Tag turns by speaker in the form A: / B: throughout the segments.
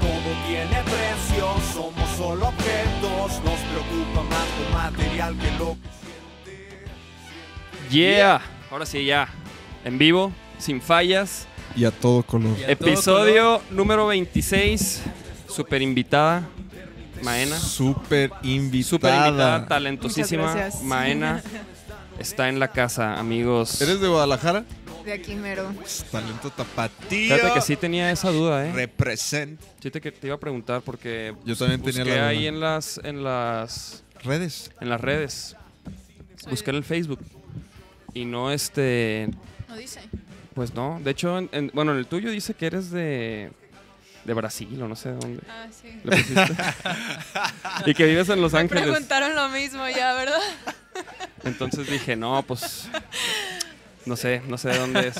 A: Todo tiene precio, somos solo objetos, nos preocupa más lo material que lo que siente.
B: Yeah. Ahora sí, ya. En vivo, sin fallas.
C: Y a todo color.
D: Y a todo
B: Episodio número 26. Super invitada, Maena.
C: Super invitada.
B: Super invitada, talentosísima.
E: Muchas gracias.
B: Maena está en la casa, amigos.
C: ¿Eres de Guadalajara?
E: De aquí mero.
C: Talento tapatío.
B: Fíjate que sí tenía esa duda, ¿eh?
C: Represent.
B: Sí te, que te iba a preguntar porque
C: Yo también
B: busqué
C: tenía la
B: ahí
C: duda.
B: en las, en las
C: Redes.
B: en las redes. Busqué en el Facebook. Y no este.
E: No dice.
B: Pues no. De hecho, en- en- bueno, en el tuyo dice que eres de. de Brasil o no sé de dónde.
E: Ah, sí.
B: le pusiste. y que vives en Los
E: Me
B: Ángeles.
E: preguntaron lo mismo ya, ¿verdad?
B: Entonces dije, no, pues. No sé, no sé de dónde es.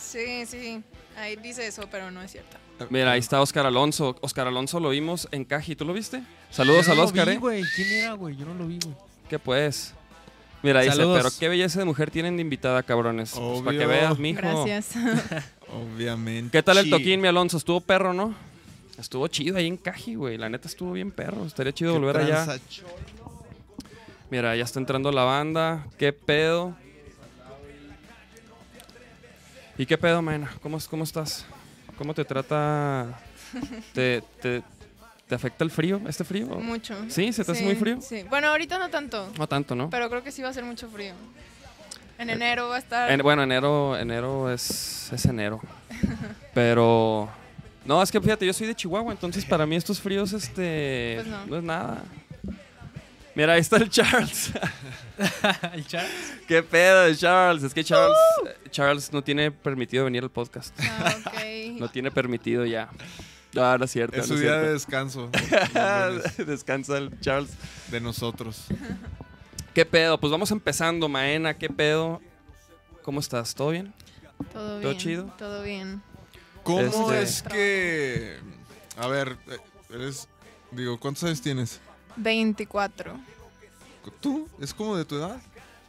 E: Sí, sí. Ahí dice eso, pero no es cierto.
B: Mira, ahí está Oscar Alonso. Oscar Alonso lo vimos en Caji. ¿Tú lo viste? Saludos al
D: no lo
B: Oscar,
D: vi,
B: ¿eh?
D: güey. ¿Quién era, güey? Yo no lo vi, güey.
B: ¿Qué pues? Mira, dice,
D: Saludos.
B: pero qué belleza de mujer tienen de invitada, cabrones. Pues, para que
C: Obvio.
B: veas, mijo.
E: Gracias.
C: Obviamente.
B: ¿Qué tal el
C: Sí.
B: toquín, mi Alonso? Estuvo perro, ¿no? Estuvo chido ahí en Caji, güey. La neta estuvo bien perro. Estaría
C: ¿Qué
B: chido volver allá.
C: tranza, ch-
B: Mira, ya está entrando la banda. ¿Qué pedo? ¿Y qué pedo, mena? ¿Cómo, es- cómo estás? ¿Cómo te trata? ¿Te, te, te afecta el frío? ¿Este frío?
E: Mucho.
B: ¿Sí? ¿Se te hace muy frío?
E: Sí. Bueno, ahorita no tanto,
B: No tanto, ¿no?
E: pero creo que sí va a ser mucho frío. En enero va a estar...
B: En- bueno, enero, enero es, es enero. Pero. No, es que fíjate, yo soy de Chihuahua, entonces para mí estos fríos, este.
E: Pues no.
B: es nada. Mira, ahí está el Charles.
D: ¿El Char?
B: ¿Qué pedo, Charles? Es que Charles,
E: Uh.
B: eh, Charles no tiene permitido venir al podcast.
E: Ah,
B: No
E: ok.
B: tiene permitido ya. No, no es cierto.
C: Es
B: no
C: su
B: es
C: día de
B: cierto.
C: descanso. los lunes,
B: Descansa el Charles.
C: de nosotros.
B: ¿Qué pedo? Pues vamos empezando, Maena. ¿Qué pedo? ¿Cómo estás? ¿Todo bien?
E: Todo bien.
B: ¿Todo chido?
E: Todo bien.
C: ¿Cómo
B: Este-
C: es que. A ver, eh, eres. Digo, ¿cuántos años tienes?
E: 24.
C: ¿Tú? ¿Es como de tu edad?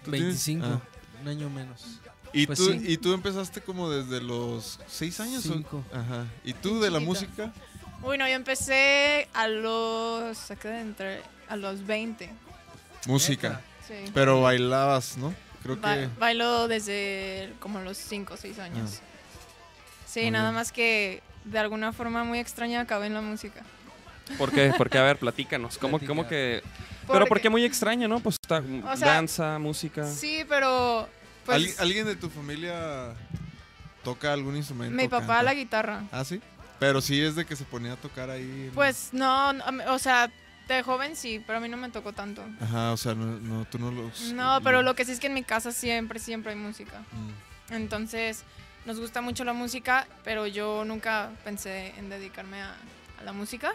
C: ¿Tú tienes-
D: 25.
C: Ah.
D: Un año menos.
C: ¿Y,
D: Pues
C: tú,
D: sí.
C: ¿Y tú empezaste como desde los 6 años? o-
D: Cinco.
C: Ajá. ¿Y tú de la
E: chiquita.
C: música?
E: Bueno, yo empecé a los... ¿A qué edad entré? A los 20.
C: Música.
E: Sí.
C: Pero bailabas, ¿no? Creo
E: Ba-
C: que. Ah.
E: Bailo desde como los 5 o 6 años. Sí,
C: Muy
E: nada
C: bien.
E: más que de alguna forma muy extraña acabé en la música.
B: ¿Por qué? Porque, a ver, platícanos. ¿Cómo, cómo
D: Platica.
B: que Pero porque muy extraño, ¿no? Pues está
E: O sea,
B: danza, música.
E: Sí, pero pues
C: ¿Al- ¿Alguien de tu familia toca algún instrumento?
E: mi
C: o
E: papá
C: canta?
E: la guitarra.
C: Ah, sí. Pero sí es de que se ponía a tocar ahí. en-
E: Pues no, no, o sea, de joven sí, pero a mí no me tocó tanto.
C: Ajá, o sea, no, no, tú no los.
E: No, pero lo que sí es que en mi casa siempre, siempre hay música.
C: Mm.
E: Entonces, nos gusta mucho la música, pero yo nunca pensé en dedicarme a, a la música.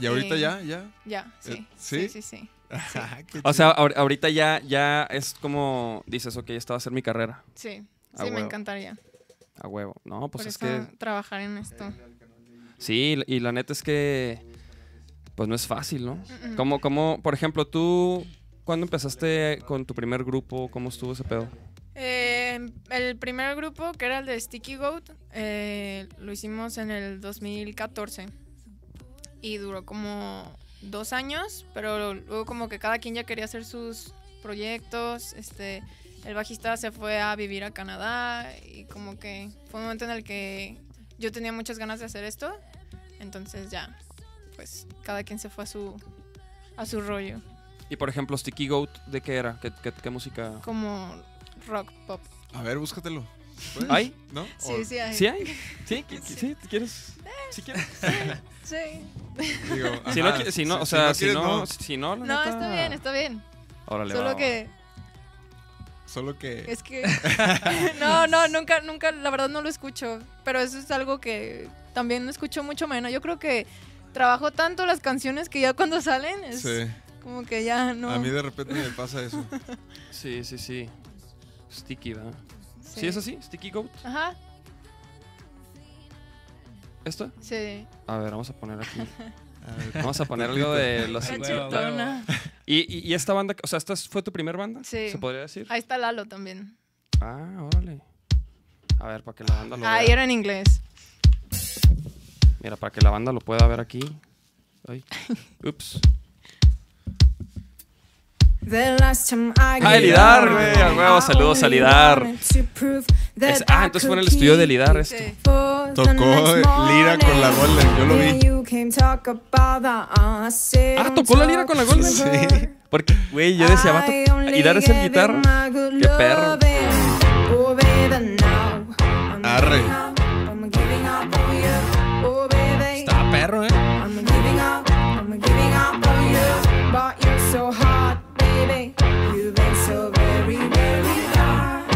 C: Y ahorita
E: Sí.
C: ya, ya.
E: Ya, sí.
C: Eh, ¿sí?
E: Sí, sí, sí.
D: Ah,
C: Qué
B: O sea,
C: chido.
B: ahor- ahorita ya, ya es como dices, ok, esta va a ser mi carrera.
E: Sí,
B: Ah,
E: sí, me
B: huevo.
E: encantaría.
B: A huevo. No, pues
E: por
B: es
E: eso
B: que.
E: trabajar en esto.
B: Sí, y la neta es que. Pues no es fácil, ¿no?
E: Mm, mm.
B: Como, como, por ejemplo, tú. ¿Cuándo empezaste con tu primer grupo? ¿Cómo estuvo ese pedo?
E: Eh, el primer grupo, que era el de Sticky Goat, eh, lo hicimos en el 2014 y duró como dos años, pero luego como que cada quien ya quería hacer sus proyectos, este, el bajista se fue a vivir a Canadá y como que fue un momento en el que yo tenía muchas ganas de hacer esto, entonces ya, pues cada quien se fue a su, a su rollo,
B: Y por ejemplo, Sticky Goat, ¿de qué era? ¿Qué, qué- qué música?
E: como rock pop.
C: A ver, búscatelo. ¿Puedes?
B: ¿Hay?
C: ¿No?
E: Sí, sí, ahí.
B: ¿Sí hay? ¿Sí? ¿Qui- qui- ¿Sí? ¿Quieres? ¿Sí quieres?
E: sí.
C: O- digo,
B: Si no,
C: ajá,
B: qui- si no, o sea, si
C: quieres,
B: no, si no, la
E: No,
B: neta,
E: está bien, está bien.
B: Órale, va,
E: Solo
B: va.
E: que
C: Solo que.
E: es que no, no, nunca, nunca, la verdad no lo escucho. Pero eso es algo que también lo escucho mucho menos. Yo creo que trabajo tanto las canciones que ya cuando salen es
C: Sí.
E: como que ya no.
C: A mí de repente me pasa eso.
B: Sí, sí, sí. Sticky, ¿verdad? Sí, es así, Sticky Goat.
E: Ajá,
B: ¿Esto?
E: sí.
B: A ver, vamos a poner aquí.
C: A ver,
B: Vamos a poner algo de los
D: Ay,
B: Cinco.
D: güey.
E: Cachetona.
B: Y, y- y esta banda, o sea, ¿esta fue tu primer banda?
E: Sí.
B: ¿Se podría decir?
E: Ahí está Lalo también.
B: Ah, órale. A ver, para que la banda lo
E: Ahí
B: vea.
E: Ah, era en inglés.
B: Mira, para que la banda lo pueda ver aquí. Ay. Ups.
F: Ah,
B: Ah, el Lidar, güey, a huevo, saludos a Lidar. Es- ah, entonces fue en el estudio de Lidar esto.
E: Sí.
C: Tocó lira con la
F: bola,
C: Golden, yo lo vi.
F: vi.
B: Ah, tocó la lira con la Golden.
C: Sí.
B: Porque, güey, yo decía, vato, y dar esa guitarra. Qué perro.
F: eh. Oh,
C: Arre.
F: Oh,
D: Está perro, ¿eh?
F: I'm giving up, I'm giving up on you. But you're so hot, baby. You've been so very, very hard.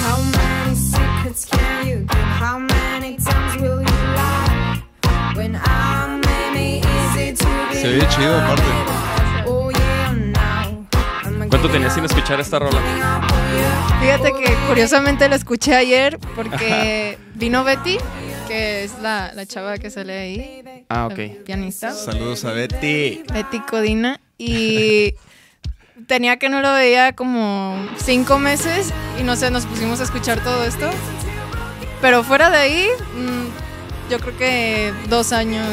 F: How many secrets can you keep? How many times will you lie? When I'm maybe easy to be.
C: Se oye chido, aparte.
F: loved. Oh, yeah, now. I'm
B: ¿Cuánto
F: giving
B: tenía sin
F: up,
B: escuchar esta rola?
F: giving up on you.
E: Fíjate que curiosamente la escuché ayer porque vino Betty, que es la, la chava que sale ahí,
B: Ah,
E: la
B: ok.
E: pianista.
C: Saludos a Betty.
E: Betty Codina y tenía que no lo veía como cinco meses y no sé, nos pusimos a escuchar todo esto. Pero fuera de ahí, mm, yo creo que dos años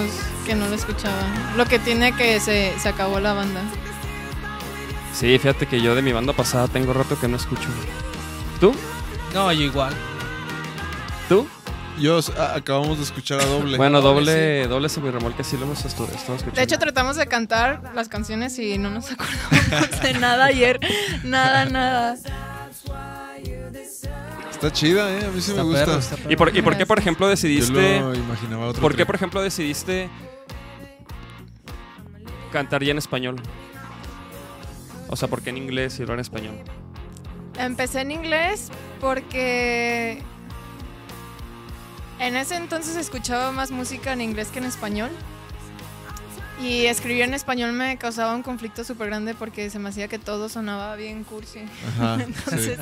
E: que no lo escuchaba. Lo que tiene que se, se acabó la banda.
B: Sí, fíjate que yo de mi banda pasada tengo rato que no escucho. ¿Tú?
D: No, yo igual.
B: ¿Tú?
C: Yo ah, acabamos de escuchar a doble.
B: Bueno, doble, doble subirremolque, sí lo hemos estu- estado escuchando.
E: De hecho, tratamos de cantar las canciones y no nos acordamos de nada ayer. Nada, nada.
C: Está chida, eh. A mí sí
D: Está
C: me gusta.
D: perro, está perro.
B: ¿Y por, ¿Y por qué, por ejemplo,
C: Yo
B: decidiste...
C: lo imaginaba otro.
B: ¿Por qué,
C: trip.
B: por ejemplo, decidiste cantar ya en español? O sea, ¿por qué en inglés y no en español?
E: Empecé en inglés porque en ese entonces escuchaba más música en inglés que en español. Y escribir en español me causaba un conflicto súper grande porque se me hacía que todo sonaba bien cursi.
C: Ajá.
E: Entonces,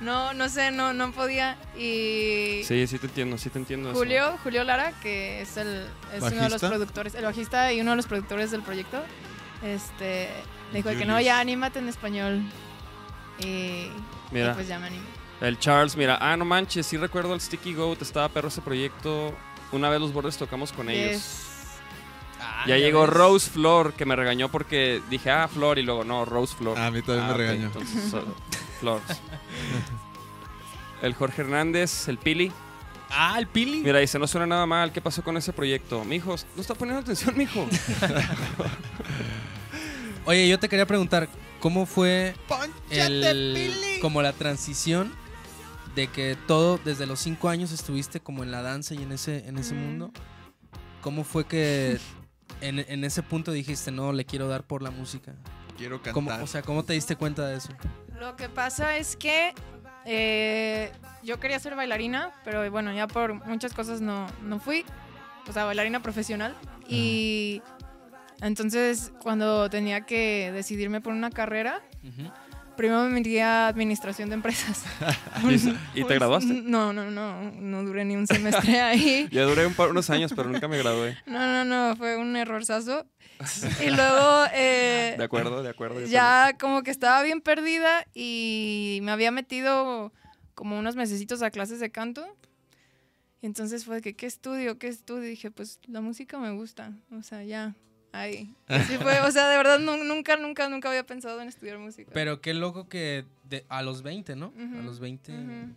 E: no, no sé, no, no podía. Y
B: Sí, sí te entiendo, sí te entiendo. eso.
E: Julio, Julio Lara, que es, el, es uno de los
C: ¿Bajista?
E: productores, el bajista y uno de los productores del proyecto, este, me dijo que no,
C: Julius.
E: ya anímate en español. Y, y
B: Mira,
E: pues ya me animé.
B: el Charles, mira, ah, no manches, sí recuerdo el Sticky Goat, estaba perro ese proyecto. Una vez los bordes tocamos con ellos.
E: Yes.
D: Ah,
B: Ya llegó
D: ves.
B: Rose Flor, que me regañó porque dije, ah, Flor, y luego, no, Rose Flor.
C: Ah, a mí también
B: Ah,
C: me
B: ok,
C: regañó.
B: entonces, so- Flores. El Jorge Hernández, el Pili.
D: Ah, el Pili.
B: Mira, dice, no suena nada mal. ¿Qué pasó con ese proyecto? Mijo, no está poniendo atención, mijo.
D: Oye, yo te quería preguntar, ¿cómo fue el- como la transición de que todo desde los cinco años estuviste como en la danza y en ese, en ese
E: Mm.
D: mundo? ¿Cómo fue que en, en ese punto dijiste, no, le quiero dar por la música?
C: Quiero cantar.
D: ¿Cómo, o sea, ¿cómo te diste cuenta de eso?
E: Lo que pasa es que eh, yo quería ser bailarina, pero bueno, ya por muchas cosas no, no fui. O sea, bailarina profesional. Y entonces cuando tenía que decidirme por una carrera, primero me metí a administración de empresas.
B: Dice, ¿Y te
E: Pues,
B: graduaste?
E: No, no, no, no duré ni un semestre ahí.
B: Ya duré un par- unos años, pero nunca me gradué.
E: No, no, no, fue un errorzazo. Y luego... eh,
B: De acuerdo, de acuerdo. yo
E: ya como que estaba bien perdida y me había metido como unos mesecitos a clases de canto. Y entonces fue de que, ¿qué estudio? ¿Qué estudio? Y dije, pues la música me gusta. O sea, ya, ahí. Así fue, o sea, de verdad nu- nunca, nunca, nunca había pensado en estudiar música.
D: Pero qué loco que de- a los 20, ¿no? A
E: Ujú,
D: los 20.
E: ujú.
B: también.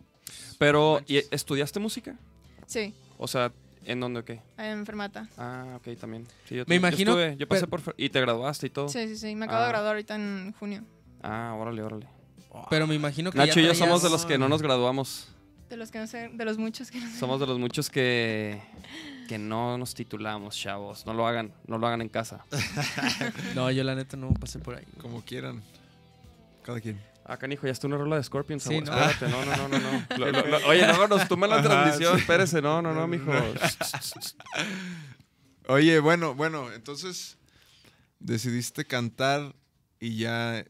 B: Pero, ¿y estudiaste música?
E: Sí,
B: O sea, ¿en dónde o qué?
E: enfermata.
B: Ah, ok, también. Sí, yo
D: Me
B: yo
D: imagino-
B: estuve- yo pasé
D: pero-
B: por... fe- Y te graduaste y todo.
E: Sí, sí, sí, me acabo
B: Ah.
E: de graduar ahorita en junio.
B: Ah, órale, órale.
D: Pero me imagino que...
B: Nacho y yo
D: traías-
B: somos de los que no nos graduamos.
E: De los que no sé, de los muchos que no sé.
B: Somos de los muchos que, que no nos titulamos, chavos. No lo hagan, no lo hagan en casa.
D: No, yo la neta no pasé por ahí.
C: Como quieran. Cada quien.
B: Ah, canijo, ya está una rola de Scorpions.
D: Sí,
B: agu-
D: ¿no?
B: Espérate, no, no, no, no. no. Lo- lo- lo- oye, luego nos tuman la
C: Ajá,
B: transmisión.
C: sí.
B: Espérese, no, no, no, mijo.
C: Oye, bueno, bueno, entonces decidiste cantar y ya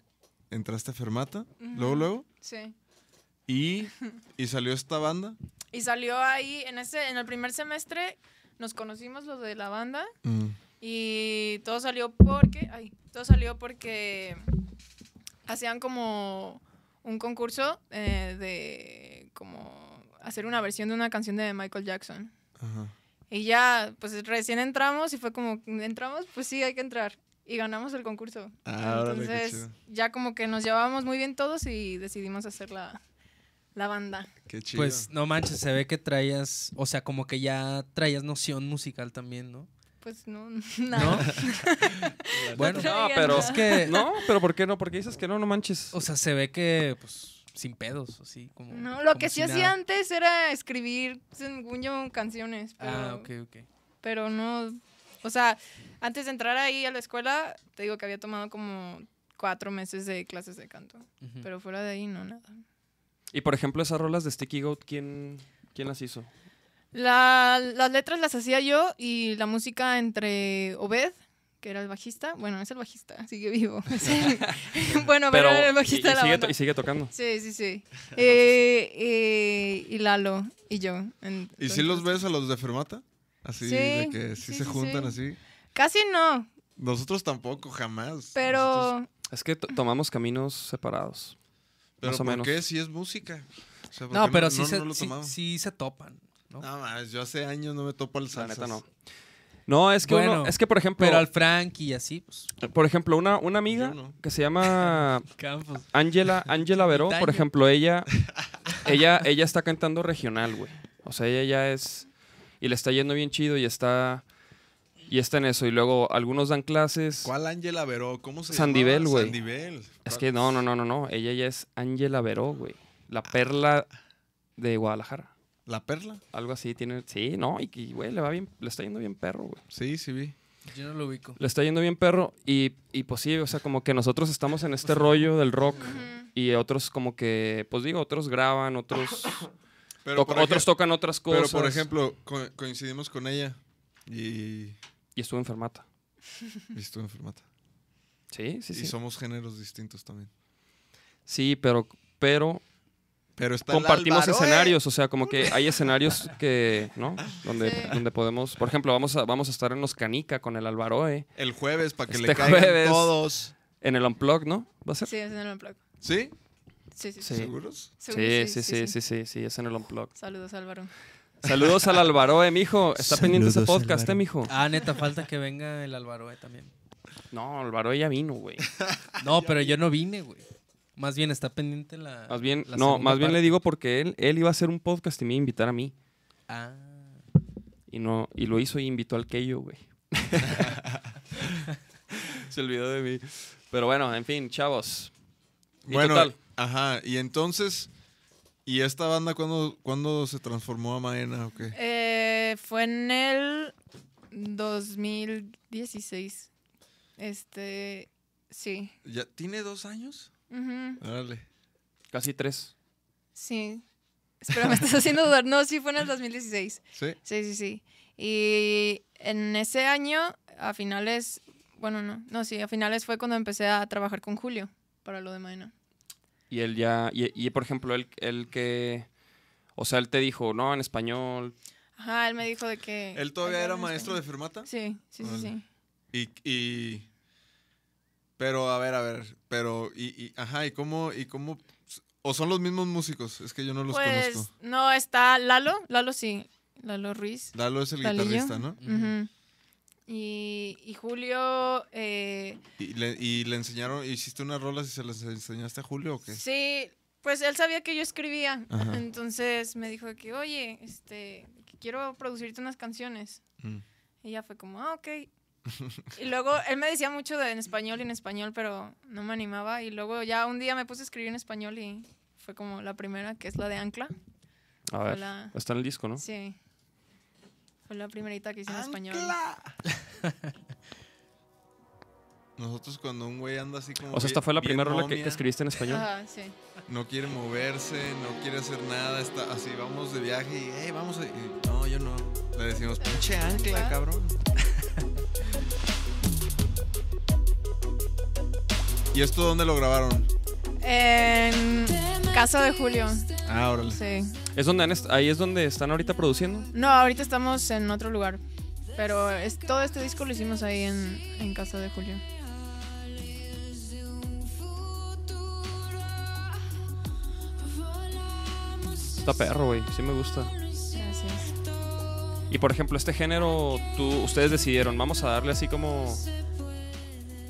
C: entraste a Fermata, luego, luego,
E: Sí.
C: y, y salió esta banda.
E: Y salió ahí, en, ese, en el primer semestre nos conocimos los de la banda
B: Mm.
E: y todo salió porque, ay, todo salió porque hacían como un concurso eh, de como hacer una versión de una canción de Michael Jackson.
C: Ajá.
E: Y ya, pues recién entramos y fue como, entramos, pues sí, hay que entrar. Y ganamos el concurso.
C: Ah, órale, qué
E: Entonces,
C: chido.
E: ya como que nos llevábamos muy bien todos y decidimos hacer la, la banda.
C: Qué chido.
D: Pues no manches, se ve que traías, o sea, como que ya traías noción musical también, ¿no?
E: Pues no, nada.
D: Bueno,
B: No, pero.
D: es que,
B: No, pero ¿por qué no? ¿Por qué dices que no? No manches.
D: o sea, se ve que, pues, sin pedos, así como.
E: No, lo
D: como
E: que
D: si
E: sí hacía
D: nada.
E: antes era escribir, según yo, canciones. Pero,
D: Ah, ok, ok.
E: pero no, o sea, antes de entrar ahí a la escuela, te digo que había tomado como cuatro meses de clases de canto.
D: Ujú.
B: Mm.
E: Pero fuera de ahí, no, nada.
B: Y por ejemplo, esas rolas de Sticky Goat, ¿quién, quién las hizo?
E: La- las letras las hacía yo y la música entre Obed, que era el bajista. Bueno, es el bajista, sigue vivo. Es el- bueno, pero, era el
B: y, y
E: bajista de la
B: sigue, to-
E: banda.
B: y sigue tocando.
E: Sí, sí, sí. Eh, eh, y Lalo y yo. En-
C: ¿Y si los
E: entonces-
C: ves a los de Fermata? Así,
E: Sí,
C: de que sí,
E: sí,
C: se
E: sí,
C: juntan
E: sí.
C: así.
E: Casi no,
C: Nosotros tampoco, jamás. Nosotros-
E: pero
B: Es que to- tomamos caminos separados.
C: pero
B: más o
C: ¿por
B: menos.
C: qué? Si es música. O sea, ¿por
D: No,
C: qué
D: pero sí,
C: no,
D: se,
C: no lo
D: sí,
C: tomamos?
D: sí se topan. ¿no?
C: No, mames, yo hace años no me topo al
B: La
C: salsa.
B: neta no. No, es que
D: Bueno,
B: uno, es que por ejemplo,
D: Pero al Frank y así, pues,
B: por ejemplo, una, una amiga
C: Yo no.
B: que se llama
D: Campos.
B: Ángela, Ángela Veró, por
D: Titaña.
B: ejemplo, ella, ella, ella está cantando regional, güey. O sea, ella ya es. Y le está yendo bien chido y está. Y está en eso. Y luego algunos dan clases.
C: ¿Cuál Ángela Veró? ¿Cómo se llama?
B: Sandibel, güey.
C: Sandibel.
B: Es que no, no, no, no, no. Ella ya es Ángela Veró, güey. La perla de Guadalajara.
C: ¿La perla?
B: Algo así tiene. Sí, no, y- y güey, le va bien, le está yendo bien perro, güey.
C: Sí, sí vi.
D: Yo no lo ubico.
B: Le está yendo bien perro y, y pues sí, o sea, como que nosotros estamos en este rollo del rock y otros como que, pues digo, otros graban, otros,
C: Pero
B: toc-
C: por
B: otros
C: ejem-
B: tocan otras
C: pero,
B: cosas.
C: por ejemplo, co- coincidimos con ella y,
B: Y estuvo enfermata.
C: y estuvo enfermata.
B: Sí, sí, sí.
C: Y somos géneros distintos también.
B: Sí, pero, pero
C: Pero está el
B: compartimos
C: Álvaro, ¿eh?
B: escenarios, o sea, como que hay escenarios que, ¿no? Donde,
E: Sí.
B: donde podemos, por ejemplo, vamos a, vamos a estar en los Canica con el Alvaroe,
C: El jueves para que le
B: Este
C: caigan
B: jueves.
C: todos.
B: en el Unplug, ¿no? ¿Va a ser?
E: sí, es en el blog.
C: ¿Sí?
E: Sí,
B: Sí.
E: sí, sí.
C: ¿Seguros?
E: Seguro,
B: sí, sí, sí, sí, sí, sí, es en el Unplug.
E: Saludos, Álvaro.
B: Saludos al Alvaroe, mijo. Está pendiente ese
D: Saludos,
B: podcast, ¿eh,
D: Álvaro.
B: mijo?
D: Ah, neta, falta que venga el Álvaro eh, también.
B: No, Alvaroe ya vino, güey.
D: No, pero yo no vine, güey. Más bien está pendiente la.
B: Más bien,
D: la
B: no,
D: segunda
B: más bien le
D: parte.
B: digo porque él, él iba a hacer un podcast y me iba a invitar a mí.
D: Ah,
B: Y no, y lo hizo y invitó al Keyo, güey. Se olvidó de mí. Pero bueno, en fin, chavos. Y
C: Bueno,
B: total,
C: ajá. Y entonces, ¿y esta banda cuándo, cuándo se transformó a Maena o qué?
E: Eh, fue en el 2016. Este, sí.
C: ¿Ya tiene dos años?
E: Ujú,
C: Dale.
B: casi tres.
E: Sí. Espera, me estás haciendo dudar. No, sí, fue en el 2016.
C: ¿Sí?
E: Sí, sí, sí. Y en ese año, a finales, bueno, no, no, sí, a finales fue cuando empecé a trabajar con Julio para lo de Maena.
B: Y él ya, y, y, por ejemplo, él, él que, o sea, él te dijo, no, en español.
E: Ajá, él me dijo de que...
C: ¿Él todavía
E: Ay,
C: era
E: no sé.
C: maestro de Fermata?
E: Sí, sí, sí,
C: Órale.
E: sí.
C: Y, y- Pero, a ver, a ver. Pero, y, y- ajá, ¿y cómo, y cómo... ¿O son los mismos músicos? Es que yo no los
E: pues
C: conozco.
E: no, está Lalo, Lalo sí, Lalo Ruiz.
C: Lalo es el
E: Lalillo.
C: guitarrista, ¿no?
D: Ujú.
E: Ujú. y, y Julio, eh,
C: Y le, y le enseñaron, hiciste unas rolas y se las enseñaste a Julio o qué?
E: sí, pues él sabía que yo escribía,
C: Ajá.
E: entonces me dijo que, oye, este, que quiero producirte unas canciones.
C: Mm.
E: Y ya fue como, ah, ok. y luego él me decía mucho de en español y en español, pero no me animaba. Y luego ya un día me puse a escribir en español y fue como la primera, que es la de Ancla.
B: A ver,
E: Hola.
B: está en el disco, ¿no?
E: Sí. Fue la primerita que hice en español.
C: Nosotros cuando un güey anda así como...
B: O sea, esta
C: bien-
B: fue la
C: bien
B: primera rola que, que
C: momia,
B: escribiste en español.
E: Ajá, sí.
C: No quiere moverse, no quiere hacer nada, está así, vamos de viaje y, hey, vamos a... y, no, yo no. Le decimos, pinche ancla, cabrón. ¿Y esto dónde lo grabaron?
E: En Casa de Julio.
C: Ah, órale.
E: Sí.
B: Es donde han est- ahí es donde están ahorita produciendo.
E: No, ahorita estamos en otro lugar. Pero es- todo este disco lo hicimos ahí en, en Casa de Julio.
B: Está perro, güey. Sí me gusta.
E: Gracias.
B: Y por ejemplo, este género, tú, ustedes decidieron, vamos a darle así como.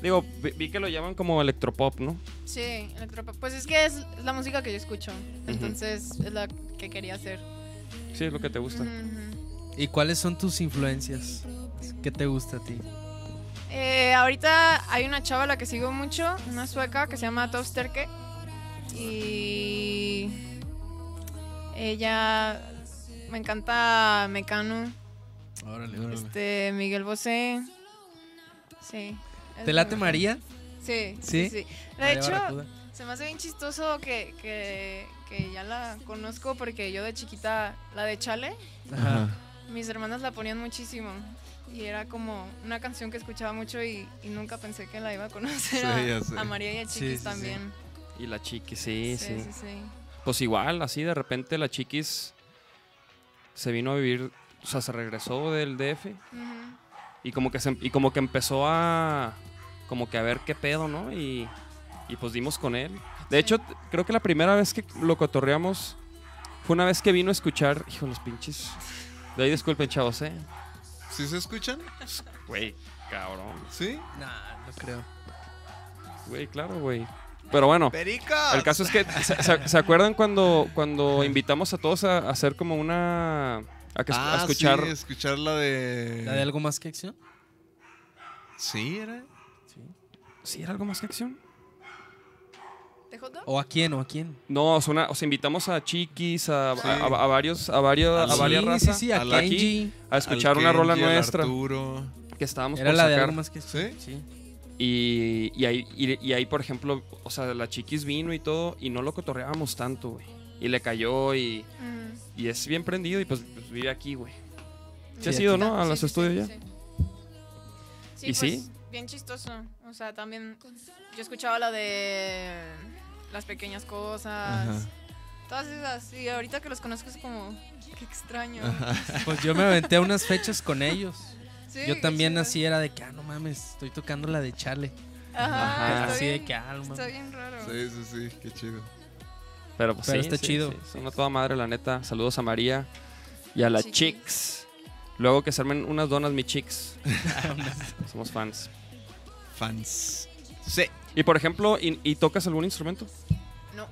B: Digo, vi, vi que lo llaman como electropop, ¿no?
E: Sí, electropop. Pues es que es la música que yo escucho. Entonces es la que quería hacer.
B: Sí, es lo que te gusta.
E: Ujú.
D: ¿Y cuáles son tus influencias? ¿Qué te gusta a ti?
E: Eh, ahorita hay una chava a la que sigo mucho, una sueca que se llama Tove Sterke. Y ella me encanta Mecano,
D: Órale,
E: este Miguel Bosé. Sí.
D: ¿Te late María?
E: Sí, sí,
D: ¿Sí?
E: sí. De
D: María
E: hecho,
D: Barracuda.
E: se me hace bien chistoso que, que, que ya la conozco porque yo de chiquita, la de Chale,
C: Ajá.
E: mis hermanas la ponían muchísimo. Y era como una canción que escuchaba mucho y, y nunca pensé que la iba a conocer
C: Sí,
E: a,
C: ya sé.
E: a María y a Chiquis
D: Sí, sí, sí.
E: también.
B: Y la chiqui, sí, sí,
E: sí, sí, sí.
B: Pues igual, así de repente la chiquis se vino a vivir, o sea, se regresó del DF
E: Ujú.
B: y como que, se- y como que empezó a. como que a ver qué pedo, ¿no? Y, y pues dimos con él. De
E: Sí.
B: hecho, t- creo que la primera vez que lo cotorreamos fue una vez que vino a escuchar. Hijo, los pinches. De ahí disculpen, chavos, ¿eh?
C: ¿Sí se escuchan?
B: Güey, cabrón.
C: ¿Sí?
D: Nah, no creo.
B: Güey, claro, güey. Pero bueno,
C: ¡Perico!
B: el caso es que. ¿Se, se- se acuerdan cuando, cuando invitamos a todos a, a hacer como una. a, que, a
C: Ah,
B: escuchar.
C: sí, escuchar la de...
D: ¿La de algo más que acción?
C: Sí, era...
B: ¿Sí era algo más que acción?
E: ¿Te jodo?
D: ¿O a quién? ¿O a quién?
B: No, o sea, una- o sea, invitamos a chiquis, a, a-
C: Sí.
B: a- a varios, a varios, a
C: Al-
B: varias
D: sí,
B: razas,
D: sí, sí, a,
C: a la-
D: Kenji.
B: a escuchar
C: al
B: una rola
C: Kenji, al
B: nuestra
C: Arturo.
B: que estábamos
D: Era
B: por
D: la de
B: sacar.
D: algo más que acción.
C: ¿Sí?
B: Y, y ahí, y, y ahí, por ejemplo, o sea, la chiquis vino y todo, y no lo cotorreábamos tanto, güey. Y le cayó y,
E: Ujú.
B: y es bien prendido y pues, pues vive aquí, güey.
D: Sí,
B: ¿Se has
D: aquí.
B: ido, no? A
E: Sí,
B: los
E: sí,
B: estudios
E: sí,
B: ya.
E: sí. Sí,
B: ¿Y
E: pues,
B: sí?
E: Bien chistoso. O sea, también yo escuchaba la de las pequeñas cosas.
C: Ajá.
E: Todas esas. Y ahorita que los conozco es como, qué extraño.
D: Pues yo me aventé unas fechas con ellos.
E: Sí,
D: Yo
E: qué
D: también
E: chido.
D: así era de que, ah, no mames, estoy tocando la de Chale.
E: Ajá,
B: Ajá.
E: está
D: Así de
E: bien-
D: que, ah, no
E: Está
D: mames.
E: bien raro.
C: Sí, sí, sí, qué chido.
B: Pero pues
D: Pero
B: sí,
D: está
B: sí,
D: chido.
B: sí, son a toda madre, la neta. Saludos a María y a la
E: Chiquis.
B: Chicks. Luego que se armen unas donas, mi Chicks. Somos fans.
C: Fans. Sí.
B: Y por ejemplo, ¿y, y tocas algún instrumento?
E: No,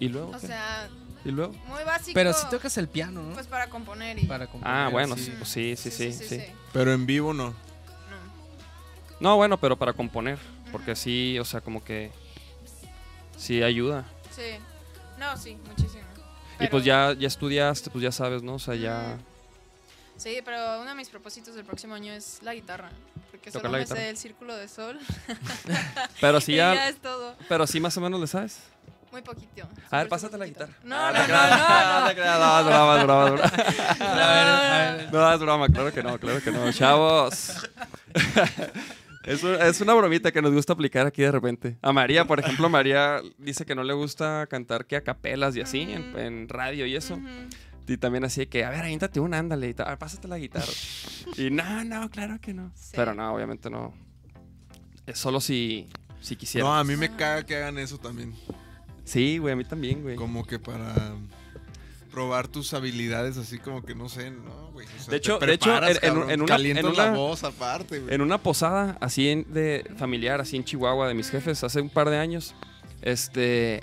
B: ¿Y luego?
E: o
B: qué?
E: sea,
B: ¿Y luego?
E: muy básico.
D: Pero sí tocas el piano, ¿no?
E: Pues para componer y. Mm.
D: Para componer,
B: Ah, bueno,
D: sí.
B: sí, pues sí, sí, sí, sí.
C: Pero en vivo no.
E: No.
B: No, bueno, pero para componer, porque sí, o sea, como que sí ayuda.
E: Sí. No, sí, muchísimo.
B: Y pues
E: Pero- Mm.
B: ya, ya estudiaste, pues ya sabes, ¿no? O sea, ya...
E: Sí, pero uno de mis propósitos del próximo año es la guitarra. Porque
B: Tocar
E: solo
B: la
E: me
B: guitarra.
E: sé el círculo de sol.
B: Pero
E: y
B: sí
E: ya...
B: ya...
E: es todo.
B: Pero sí más o menos le sabes.
E: Muy poquito.
B: A
E: súper,
B: ver, pásate
E: súper
B: la Ah,
E: poquito.
B: guitarra.
E: No, no, no, no.
B: No, broma, broma, broma.
E: Ah.
D: A ver, a ver.
B: No, es broma, claro que no, claro que no. Chavos. Es, un- es una bromita que nos gusta aplicar aquí de repente. A María, por ejemplo, María dice que no le gusta cantar que a capelas y así, en,
E: Ujú.
B: en radio y eso.
E: Mm. Ujú.
B: Y también así de que, a ver, aviéntate un ándale y tal, ah, pásate la guitarra. y no, no, claro que no.
E: Sí.
B: Pero no, obviamente no. Es solo si, si quisiera.
C: No, a mí me caga que hagan eso también.
B: Sí, güey, a mí también, güey.
C: Como que para probar tus habilidades, así como que no sé, ¿no, güey? O sea,
B: De
C: te
B: hecho- de hecho,
C: preparas,
B: en- en un-
C: cabrón,
B: en una-
C: calientas
B: en una-
C: la voz aparte, güey.
B: En una posada así en- de familiar, así en Chihuahua, de mis jefes, hace un par de años, este,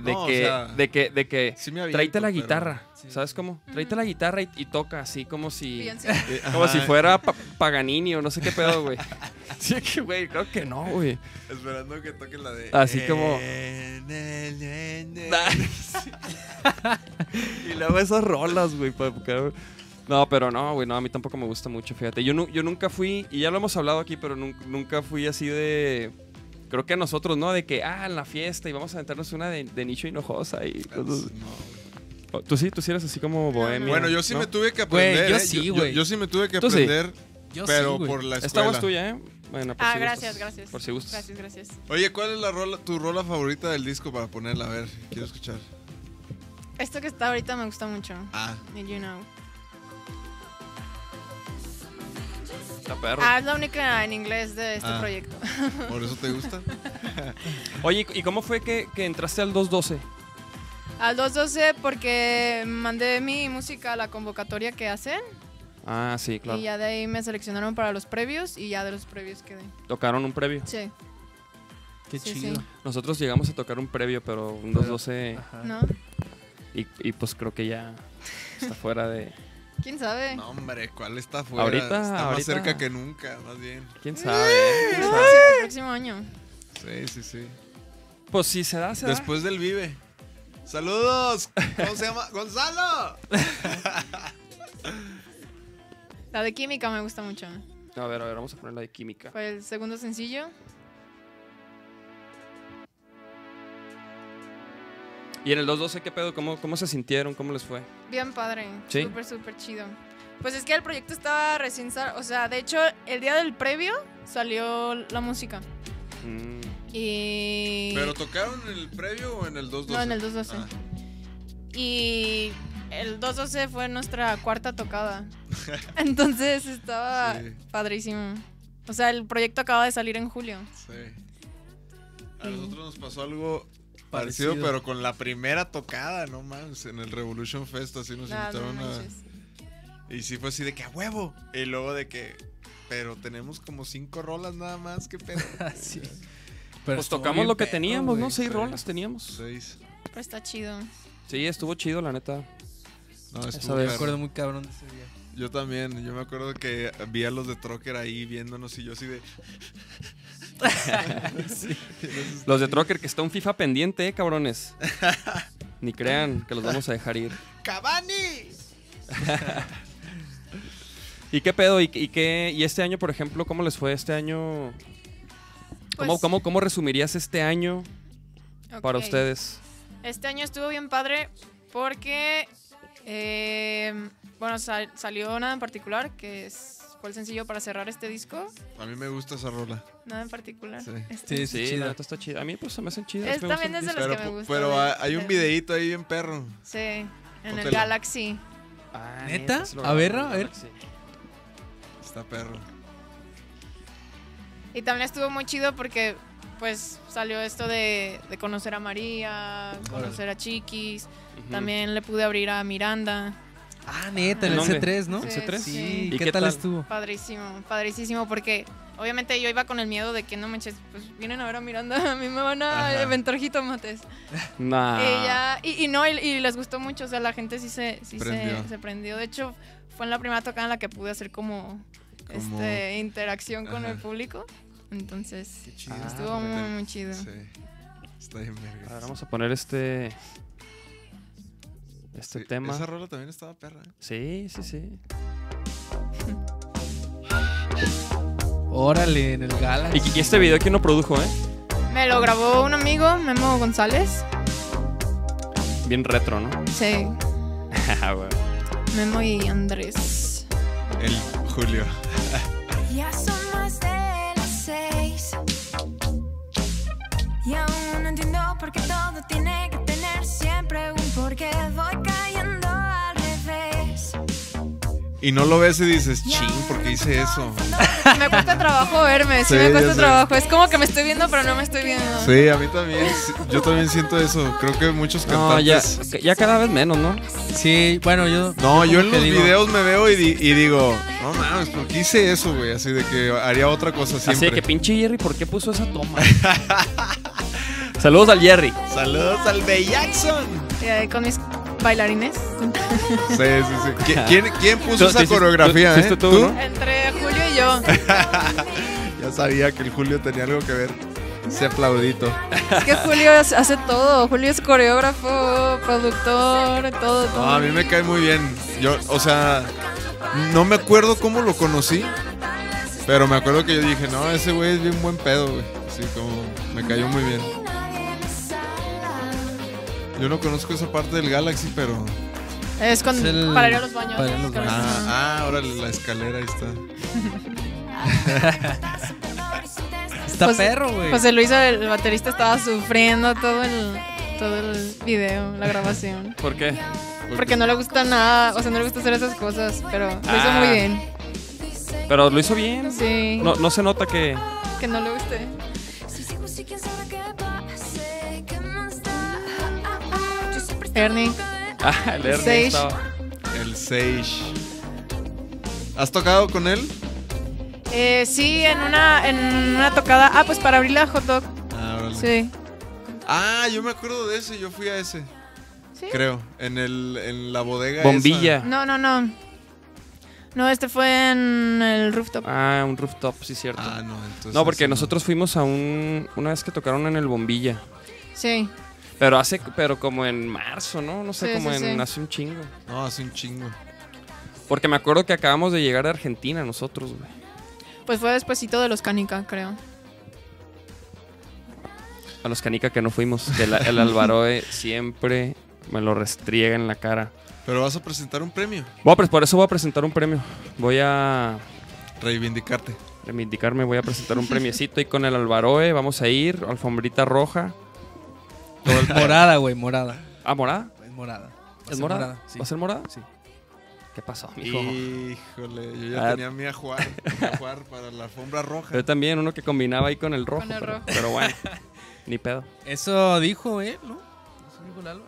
B: de
C: No, o
B: que,
C: sea,
B: de que, de que,
C: Sí me aviento,
B: tráete la
C: pero-
B: guitarra,
D: Sí.
B: ¿sabes cómo? Tráete la guitarra y, y toca así como si,
E: Bien, sí. Ah,
C: Eh,
B: como
C: ajá,
B: si fuera Pa- Paganini o no sé qué pedo, güey. Sí, que güey, creo que no, güey.
C: Esperando que toque la de...
B: Así como-
C: En el- en el-
B: y luego esas rolas, güey, pa- cabrón. No, pero no, güey, no, a mí tampoco me gusta mucho, fíjate. Yo, nu- yo nunca fui, y ya lo hemos hablado aquí, pero nun- nunca fui así de... Creo que a nosotros, ¿no? De que, ah, en la fiesta, y vamos a aventarnos una de, de nicho hinojosa y... cosas- Oh, Tú sí, tú sí eres así como bohemia.
C: Bueno, yo sí
B: ¿no?
C: me tuve que
D: Güey,
C: aprender.
D: yo
C: ¿eh?
D: sí,
C: yo,
D: güey.
C: yo sí me tuve que
B: Tú sí.
C: aprender,
D: Yo
C: pero
D: sí, güey.
C: por la
B: Esta
C: escuela.
B: voz tuya, ¿eh? Bueno, por
E: Ah,
B: si gustas.
E: gracias, gracias.
B: Por si gustas.
E: Gracias, gracias.
C: Oye, ¿cuál es la rola, tu rola favorita del disco para ponerla? A ver, quiero escuchar.
E: Esto que está ahorita me gusta mucho.
C: Ah,
E: Need You Know.
B: Está perro.
E: Ah, es la única en inglés de este
C: Ah.
E: proyecto.
C: ¿por eso te gusta?
B: Oye, ¿y cómo fue que, que entraste al 212?
E: Al 212 porque mandé mi música a la convocatoria que hacen
B: Ah, sí, claro.
E: y ya de ahí me seleccionaron para los previos y ya de los previos quedé.
B: Tocaron un previo.
E: Sí,
D: Qué
E: Sí,
D: chido.
E: sí.
B: Nosotros llegamos a tocar un previo, pero un
D: Pero-
B: 212
D: Ajá.
E: ¿no?
B: y, y pues creo que ya está fuera de...
E: ¿Quién sabe?
C: No, hombre, ¿cuál está fuera?
B: Ahorita,
C: está más
B: ahorita.
C: cerca que nunca, más bien.
B: ¿Quién sabe? eh?
E: El
B: ¿Quién
E: próximo,
B: sabe?
E: el próximo año.
C: Sí, sí, sí.
B: Pues si se da, se da.
C: Después del Vive. ¡Saludos! ¿Cómo se llama? ¡Gonzalo!
E: La de Química me gusta mucho.
B: A ver, a ver, vamos a poner la de química.
E: Fue el segundo sencillo.
B: ¿Y en el 212 qué pedo? ¿Cómo, cómo se sintieron? ¿Cómo les fue?
E: Bien padre.
B: Sí.
E: Súper, súper chido. Pues es que el proyecto estaba recién... sal- O sea, de hecho, el día del previo salió la música.
B: Mm.
E: Y...
C: ¿Pero tocaron en el previo o en el Ah, 212?
E: No, en el 212. Y el 212 fue nuestra cuarta tocada. Entonces estaba
C: Sí.
E: padrísimo. O sea, el proyecto acaba de salir en julio.
C: Sí. A nosotros nos pasó algo
D: Parecido.
C: parecido, pero con la primera tocada, no mames, en el Revolution Fest, así nos
E: Nah, no
C: invitaron a...
E: manches.
C: Y sí fue así de que a huevo. Y luego de que, pero tenemos como cinco rolas nada más, qué pedo.
D: Sí. Pero
B: Pues
D: estuvo
B: tocamos
D: bien
B: lo que
D: perro,
B: teníamos, ¿no?
D: güey.
B: Seis
C: Sí.
B: rolas teníamos.
C: Seis.
E: Pero está chido.
B: Sí, estuvo chido, la neta.
C: No,
B: Esa
C: estuvo
B: vez.
D: Me
C: perro.
D: acuerdo muy cabrón de ese día.
C: Yo también, yo me acuerdo que vi a los de Trocker ahí viéndonos y yo así de...
B: Los de Trocker, que está un FIFA pendiente, eh, cabrones. Ni crean que los vamos a dejar ir.
C: ¡Cabani!
B: ¿Y qué pedo? ¿Y, y qué? ¿Y este año, por ejemplo, cómo les fue este año? ¿Cómo,
E: Pues,
B: cómo, cómo resumirías este año para
E: ok.
B: ustedes?
E: Este año estuvo bien padre porque, eh, bueno, sal- salió nada en particular, que es, fue el sencillo para cerrar este disco.
C: A mí me gusta esa rola.
E: Nada en particular.
C: Sí.
E: Este-
D: Sí, sí,
B: Sí, la
D: chido.
B: neta está chida. A mí pues se me hacen chidas.
E: Es
B: me
E: también
B: gustan.
E: es de las
C: Pero,
E: que me
C: pu-
E: gustan.
C: pero
E: de-
C: hay un
E: de-
C: videíto ahí bien perro.
E: Sí, en
C: Póntelo.
E: el Galaxy.
B: Ah,
D: ¿Neta?
B: sí lo
D: A ver,
B: grabamos,
D: a ver.
B: sí.
C: Está perro.
E: Y también estuvo muy chido porque pues salió esto de, de conocer a María, conocer a Chiquis,
B: Ujú.
E: también le pude abrir a Miranda,
D: Ah, neta,
B: ¿En
D: en el
B: dónde?
D: C3, ¿no?
E: Sí,
B: C3?
E: sí.
D: Sí,
B: ¿Y
D: ¿qué,
B: qué
D: tal
B: tal?
D: estuvo?
E: padrísimo, padrísimo porque obviamente yo iba con el miedo de que no manches, pues vienen a ver a Miranda, a mí me van
C: Ajá.
E: a aventar jitomates.
C: Ah.
B: Nah.
E: Y, ya- y, y no, y, y les gustó mucho, o sea, la gente sí, se, sí
C: Prendió.
E: se, se prendió. De hecho, fue en la primera tocada en la que pude hacer como,
C: Como-
E: este, interacción con
C: Ajá.
E: el público. Entonces,
C: Qué chido.
B: Ah,
E: estuvo muy,
C: hombre.
E: muy chido.
C: Sí. Está bien
B: A ver,
C: verga.
B: vamos a poner este... Este
C: Sí,
B: tema.
C: Esa rola también estaba perra. ¿eh?
B: Sí, sí, sí.
D: Órale, en el gala.
B: Y, y este video, ¿quién lo produjo, eh?
E: Me lo grabó un amigo, Memo González.
B: Bien retro, ¿no?
E: Sí,
B: Ah, bueno.
E: Memo y Andrés.
C: El Julio.
F: Ya son más de las seis. Y aún no entiendo por qué todo tiene que tener siempre un porqué. Voy cayendo al revés.
C: Y no lo ves y dices,
F: Y aún
C: ching, ¿por qué
F: no
C: hice eso?
F: entiendo
E: Me cuesta trabajo verme, sí, me
C: Sí,
E: cuesta
C: ya sé.
E: trabajo. Es como que me estoy viendo, pero no me estoy viendo.
C: Sí, a mí también. sí, Yo también siento eso. Creo que muchos
B: No, ya,
C: cantantes.
B: ca- ya cada vez menos, ¿no?
D: Sí, bueno, yo.
C: No, yo en
D: como que
C: los
D: digo,
C: videos me veo y, di- y digo, no mames, ¿por qué hice eso, güey? Así de que haría otra cosa
B: Así
C: siempre.
B: de que pinche Jerry, ¿por qué puso esa toma? Saludos al Jerry.
C: Saludos al Bay Jackson.
E: Y ahí con mis bailarines.
C: Sí, sí, sí. ¿Qui- ¿Quién, quién
B: Tú-
C: puso
B: tú
C: esa
B: hiciste-
C: coreografía?
B: tú- hiciste
C: eh?
B: tú, ¿no?
E: Entre Julio y yo.
C: Ya sabía que el Julio tenía algo que ver. Ese aplaudito.
E: Es que Julio es- hace todo. Julio es coreógrafo, productor, todo,
C: No, a
D: Ah,
E: todo.
C: mí me cae muy bien. Yo, o sea, No me acuerdo cómo lo conocí, pero me acuerdo que yo dije, no, ese güey es bien buen pedo, güey. Así como me cayó muy bien. Yo no conozco esa parte del Galaxy, pero.
E: Es con,
D: Es el-
E: para ir a los baños.
D: para ir a los
E: creo.
D: baños.
C: Ah, ah, órale, la escalera ahí está.
D: Está
E: José-
D: perro, güey.
E: José Luis, el baterista, estaba sufriendo todo el, todo el video, la grabación.
B: ¿Por qué?
E: Porque no le gusta nada, o sea, no le gusta hacer esas cosas, pero lo hizo
B: Ah.
E: muy bien.
B: Pero lo hizo bien.
E: Sí,
B: No, no se nota que.
E: que no le guste. Ernie,
B: Ah, el Ernie
E: Sage.
B: estaba-
C: El Sage. ¿Has tocado con él?
E: eh, sí, en una, en una tocada, ah, pues para abrir la hot dog,
C: Ah, órale.
E: sí.
C: Ah, yo me acuerdo de ese, yo fui a ese.
E: ¿Sí?
C: Creo, en, el, en la bodega.
D: Ah.
B: Bombilla.
E: No, no, no. No, este fue en el rooftop.
B: Ah, un rooftop, sí, cierto.
C: esa. Ah, no, entonces.
D: Pues
B: no, porque
C: ese
B: nosotros fuimos a un. Una vez que tocaron en el Bombilla.
E: Sí,
B: Pero hace. Pero como en marzo, ¿no? No sé,
E: Sí,
B: como
E: sí,
B: en.
E: sí.
B: Hace un chingo.
C: No, hace un chingo.
B: Porque me acuerdo que acabamos de llegar de Argentina nosotros, güey.
E: pues fue despuesito de los Canica, creo.
B: A los canica que no fuimos. Que la- el Alvaroe siempre me lo restriega en la cara.
C: Pero vas a presentar un premio.
B: Bueno, pues por eso voy a presentar un premio. Voy a
C: Reivindicarte.
B: reivindicarme, voy a presentar un premiecito. Y con el Alvaroe vamos a ir. Alfombrita roja.
D: Morada, güey, morada.
B: Ah, morada.
D: Es morada. Va a
B: ¿Es
D: ser
B: morada?
D: sí.
B: ¿Va a ser morada?
D: Sí.
B: ¿Qué pasó, mijo?
C: Híjole, yo ya
B: Ah.
C: tenía a mí a jugar, a jugar para la alfombra roja.
B: Yo también, uno que combinaba ahí con el rojo.
E: Con el
B: pero,
E: rojo.
B: pero bueno, ni pedo.
D: Eso dijo, ¿eh? ¿No? Eso dijo Lalo.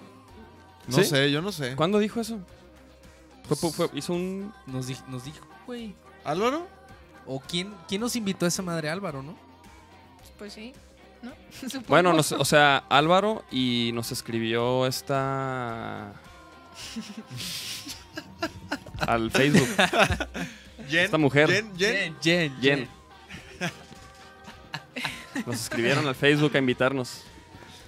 C: No
B: ¿Sí?
C: sé, yo no sé.
B: ¿Cuándo dijo eso? Fue- fue- fue- hizo un.
D: Nos, di- nos dijo, güey.
C: ¿Álvaro?
D: ¿O quién, quién nos invitó a esa madre, Álvaro, no?
E: Pues sí, ¿no?
B: Bueno,
E: Supongo.
B: nos- o sea, Álvaro y nos escribió esta. Al Facebook.
C: Jen,
B: Esta mujer.
C: Jen, Jen.
D: Jen.
B: Jen. Nos escribieron al Facebook a invitarnos.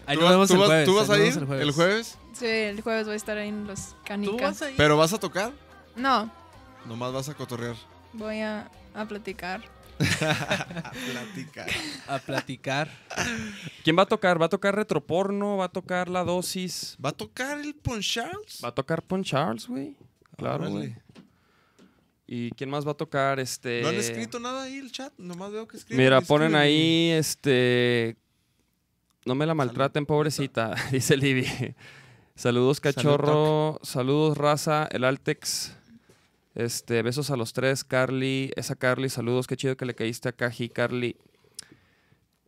D: Ahí
C: ¿Tú,
D: nos
C: vas-
D: vemos
C: tú
D: el
C: vas-
D: jueves.
C: tú
D: ahí
C: vas
D: nos
C: a ir
D: vemos
C: el jueves?
E: Sí, el jueves voy a estar ahí en los
D: ¿Tú
E: Canicas.
D: vas a ir?
C: ¿Pero vas a tocar?
E: No,
C: Nomás vas a cotorrear.
E: voy a, a platicar.
C: A platicar.
D: A platicar.
B: ¿Quién va a tocar? ¿Va a tocar Retroporno? ¿Va a tocar La Dosis?
C: ¿Va a tocar el Pon Charles?
B: ¿Va a tocar Pon Charles, güey? Claro,
C: Órale.
B: güey. ¿Y quién más va a tocar? Este...
C: No han escrito nada ahí el chat, nomás veo que escriben.
B: Mira,
C: escriben
B: ponen
C: y-
B: ahí, este... No me la maltraten, pobrecita, dice Libby. Saludos, cachorro. Saludos, raza. El Altex. Este, besos a los tres. Carly, esa Carly, saludos. Qué chido que le caíste a Caji, Carly.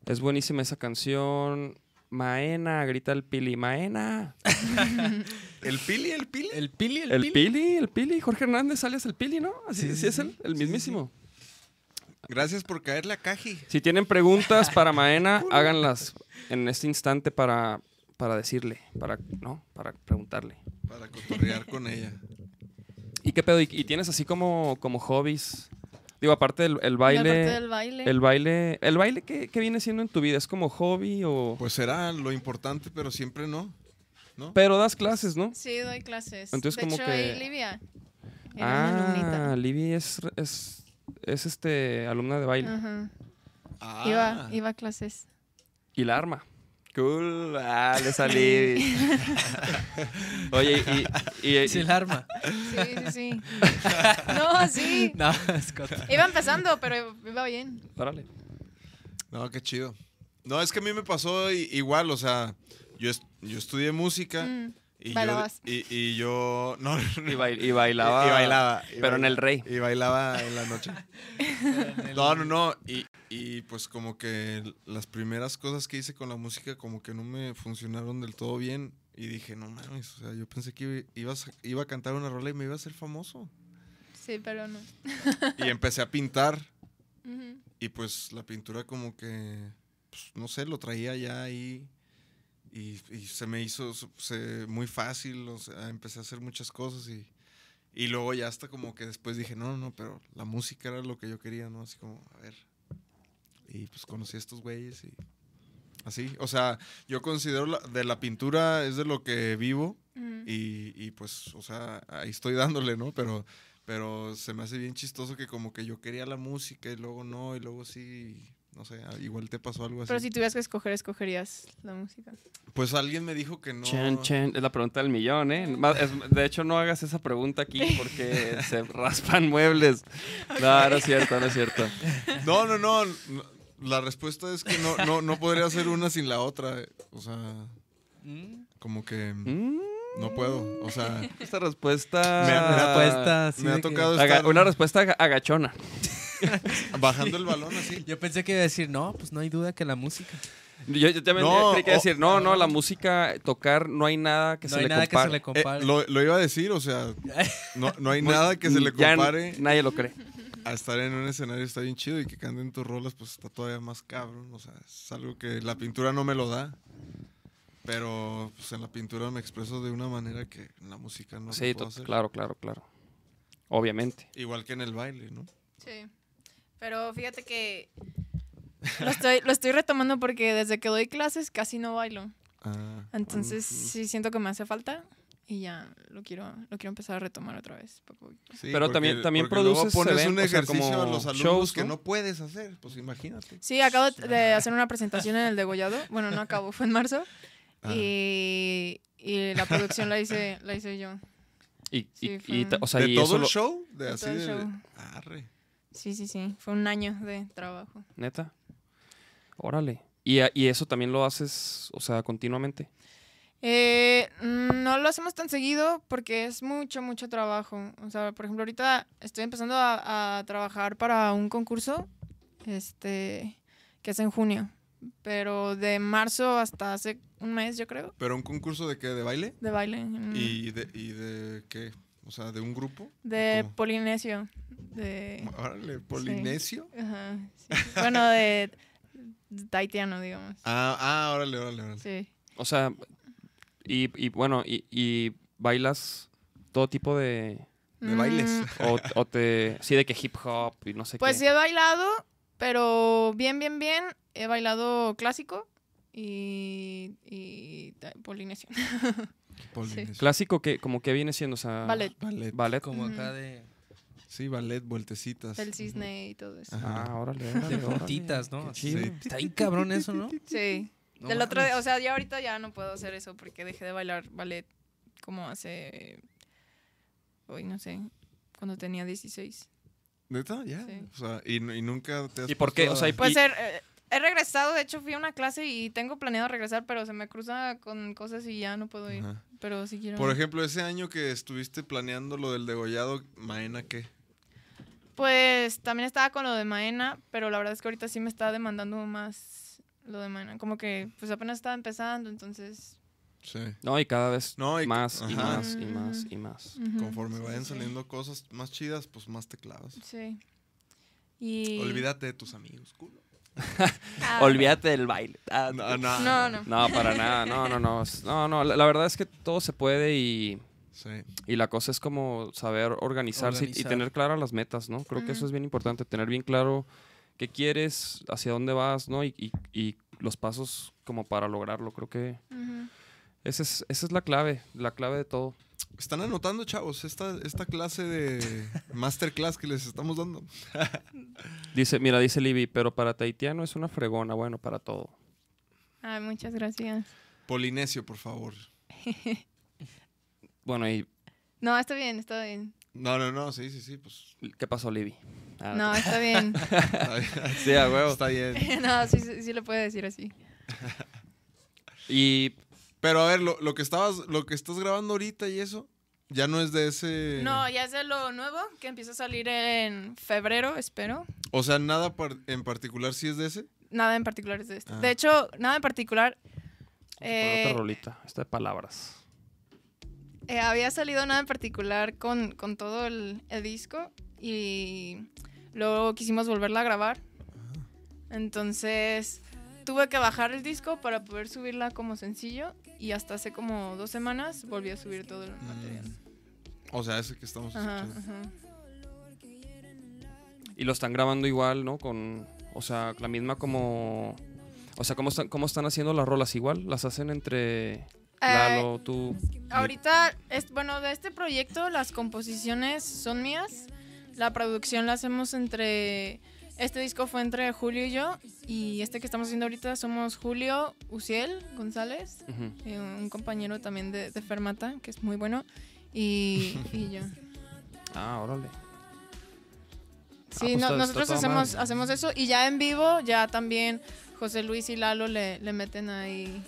B: Es buenísima esa canción. Maena, grita el Pili. Maena.
C: ¿El Pili, el Pili?
D: El Pili, el,
B: El
D: Pili.
B: Pili, el Pili. Jorge Hernández, alias el Pili, ¿no? Así sí, es él, el mismísimo.
C: Gracias por caerle a Caji.
B: Si tienen preguntas para Maena, háganlas en este instante para, para decirle, para, ¿no? Para preguntarle.
C: Para cotorrear con ella.
B: ¿Y qué pedo? ¿Y, y tienes así como, como hobbies? Digo, aparte del el baile.
E: Aparte del baile.
B: El baile, ¿el baile qué, qué viene siendo en tu vida? ¿Es como hobby o...?
C: Pues será lo importante, pero siempre no. ¿No?
B: Pero das clases, ¿no?
E: Sí, doy clases.
B: Entonces,
E: de
B: como
E: hecho,
B: que-
E: ahí Livia era una
B: ah,
E: alumnita.
B: Libby es, es, es, este, alumna de baile.
E: Ajá.
C: Ah,
E: Iba, iba a clases.
B: Y la arma. Cool, ah, le salí. Oye, y... y- y-
D: Es el arma.
E: Sí, sí, sí. no, sí.
D: No, Scott.
E: Iba empezando, pero iba bien.
B: órale.
C: No, qué chido. No, es que a mí me pasó i- igual, o sea, yo, est- yo estudié música
E: Mm.
C: y, yo,
E: bailabas.
C: y, y yo... No,
B: Y, bail- y bailaba.
C: Y bailaba. y
B: Pero en
C: baila-
B: el rey.
C: Y bailaba en la noche. no, no, no. Y, y, pues como que las primeras cosas que hice con la música como que no me funcionaron del todo bien. Y dije, no mames, o sea, yo pensé que iba a, sa- iba a cantar una rola y me iba a hacer famoso.
E: Sí, pero no.
C: Y empecé a pintar.
E: Ujú.
C: Y pues la pintura como que, pues, no sé, lo traía ya ahí. Y, y se me hizo se- se- muy fácil, o sea, empecé a hacer muchas cosas y, y luego ya hasta como que después dije, no, no, pero la música era lo que yo quería, ¿no? Así como, a ver. Y pues conocí a estos güeyes y Así, o sea, yo considero la- de la pintura es de lo que vivo
E: Ujú.
C: y, y, pues, o sea, ahí estoy dándole, ¿no? Pero, pero se me hace bien chistoso que como que yo quería la música y luego no, y luego sí, no sé, ah, igual te pasó algo así.
E: Pero si tuvieras que escoger, escogerías la música.
C: Pues alguien me dijo que no.
B: Chan, chan, es la pregunta del millón, ¿eh? Más- es- de hecho, no hagas esa pregunta aquí porque se raspan muebles. No, no es cierto, no es cierto.
C: No, no, no. no, La respuesta es que no, no, no podría hacer una sin la otra. eh, O sea,
D: Mm.
C: como que
B: Mm,
C: no puedo. O sea,
B: Esta respuesta...
C: Me ha- me ha-
D: Respuesta así
C: me ha
D: de que-
C: tocado
B: Aga-
C: estar
B: una respuesta aga- agachona.
C: bajando el balón así.
D: Yo pensé que iba a decir, no, pues no hay duda que la música.
B: Yo, yo también
C: No, oh.
B: creí que
C: o-
B: decir, no, no, la música, tocar, no hay nada que
D: no
B: se
D: hay
B: le
D: nada
B: compare.
D: que se le
C: Eh,
D: compare.
C: lo, lo iba a decir, o sea, no, no hay nada que se le
B: Pues, Ya n-
C: compare
B: nadie lo cree.
C: a estar en un escenario está bien chido y que canten tus rolas, pues está todavía más cabrón. O sea, es algo que la pintura no me lo da. Pero pues en la pintura me expreso de una manera que en la música no
B: sí,
C: se
B: to-
C: puede hacer.
B: claro, claro, claro. Obviamente.
C: Igual que en el baile, ¿no?
E: Sí. Pero fíjate que lo estoy, lo estoy retomando porque desde que doy clases casi no bailo.
C: Ah,
E: Entonces
C: ujú.
E: sí siento que me hace falta y ya lo quiero, lo quiero empezar a retomar otra vez. poco a poco.
C: Sí,
B: Pero también- también
C: porque luego
B: produces
C: pones
B: event-
C: un
B: o sea,
C: ejercicio
B: como
C: a los alumnos
B: shows,
C: que
B: ¿no?
C: no puedes hacer, pues imagínate.
E: Sí, acabo de hacer una presentación en el degollado. Bueno, no acabó, fue en marzo.
C: Ah.
E: Y, y la producción la hice, la hice yo.
B: Y, y-
E: Sí, fue
B: y ta- o sea,
C: de
B: y
C: todo
B: eso
C: el
B: lo-
C: show, de,
E: de
C: así
E: todo el
C: de-
E: show.
C: Arre.
E: Sí, sí, sí. Fue un año de trabajo.
B: Neta. Órale. Y, a- y eso también lo haces, o sea, continuamente.
E: Eh, mm, no lo hacemos tan seguido porque es mucho, mucho trabajo. O sea, por ejemplo, ahorita estoy empezando a, a trabajar para un concurso este, que es en junio. Pero de marzo hasta hace un mes, yo creo,
C: Pero un concurso de qué, de baile
E: de baile. mm,
C: y de y de qué, o sea, de un grupo.
E: de
C: ¿Cómo?
E: polinesio. De,
C: Órale, polinesio.
E: ajá, sí, sí. Bueno, de, de tahitiano, digamos.
C: Ah, ah, órale, órale, órale.
E: Sí.
B: O sea, y, y bueno, y, y bailas todo tipo de...
C: De bailes.
E: Mm,
B: O, o te... Sí, de que hip hop y no sé
E: Pues sí
B: qué.
E: he bailado, pero bien, bien, bien. He bailado clásico y, y ta- polinesio.
C: Polinesio.
B: Clásico, que como que viene siendo, o
C: Ah,
B: sea...
E: Ballet,
C: Ballet.
B: Ballet.
D: Como
E: Ujú.
D: acá de,
C: Sí, ballet, vueltecitas.
E: el cisne y todo eso.
C: Ajá.
B: Ah, órale,
D: de
B: órale, órale.
D: puntitas, ¿no?
B: Qué chido.
C: Sí.
D: Está bien cabrón eso, ¿no?
E: Sí.
D: No
E: Del otro
D: mames.
E: día, o sea, ya ahorita ya no puedo hacer eso porque dejé de bailar ballet como hace. Hoy no sé, cuando tenía 16.
C: ¿Neta? Ya.
E: Sí.
C: O sea, y, y nunca te has
B: ¿Y por qué?
C: puesto
B: O sea,
C: a-
B: y-
E: Pues ser, eh, he regresado, de hecho fui a una clase y tengo planeado regresar, pero se me cruza con cosas y ya no puedo ir.
C: Ajá.
E: Pero si quiero.
C: Por ejemplo, ese año que estuviste planeando lo del degollado, Maena qué?
E: Pues también estaba con lo de Maena, pero la verdad es que ahorita sí me está demandando más lo de Maena. Como que pues apenas estaba empezando, entonces...
C: Sí.
B: No, y cada vez
C: No, y-
B: más y
C: ajá.
B: más y más y más.
E: ujú,
C: Conforme
E: sí,
C: vayan
E: sí,
C: saliendo cosas más chidas, pues más te clavas.
E: Sí. Sí. Y...
C: Olvídate de tus amigos, culo.
E: Ah,
B: Olvídate del baile. Ah,
C: No, no.
E: No, no.
B: No, para nada. No, no, no. No, no. La, la verdad es que todo se puede y,
C: Sí.
B: y la cosa es como saber organizarse y- y,
D: Organizar.
B: tener claras las metas, ¿no? Creo que eso
E: Ujú.
B: es bien importante, tener bien claro qué quieres, hacia dónde vas, ¿no? Y, y- y los pasos como para lograrlo. Creo que
E: Ujú.
B: esa es, esa es la clave, la clave de todo.
C: Están anotando, chavos, esta, esta clase de masterclass que les estamos dando.
B: Dice, mira, dice Libby, pero para tahitiano es una fregona, bueno, para todo.
E: Ay, muchas gracias.
C: Polinesio, por favor.
B: Bueno, ¿y
E: No, está bien, está bien.
C: No, no, no, sí, sí, sí, pues.
B: qué pasó, Libby? Ah,
E: No, está bien.
C: Está bien.
B: Sí, a huevo.
C: Está bien.
E: no, sí, sí, sí le puede decir así.
B: Y
C: Pero a ver, lo, lo que estabas, lo que estás grabando ahorita y eso, ya no es de ese.
E: No, ya es de lo nuevo que empieza a salir en febrero, espero.
C: O sea, nada par- en particular sí es de ese.
E: Nada en particular es de este.
C: Ah.
E: De hecho, nada en particular...
B: Vamos a poner
E: eh,
B: otra rolita, esta de palabras.
E: Eh, había salido nada en particular con, con todo el, el disco y luego quisimos volverla a grabar. Entonces tuve que bajar el disco para poder subirla como sencillo y hasta hace como dos semanas volví a subir todo el material.
C: O sea, ese que estamos
E: Ajá,
C: escuchando.
E: ajá.
B: Y lo están grabando igual, ¿no? Con, o sea, la misma como... O O sea, ¿cómo están, cómo están haciendo las rolas? ¿Igual? ¿Las hacen entre
E: Eh,
B: Lalo, tú?
E: Ahorita, es, bueno, de este proyecto las composiciones son mías. La producción la hacemos entre... Este disco fue entre Julio y yo. Y este que estamos haciendo ahorita somos Julio Uciel González,
B: Ujú.
E: eh, un compañero también de, de Fermata, que es muy bueno. Y, y yo.
B: Ah, órale.
E: Sí,
B: pues
E: no-
B: está-
E: nosotros
B: está toda
E: hacemos,
B: madre.
E: hacemos eso. Y ya en vivo, ya también José Luis y Lalo le, le meten ahí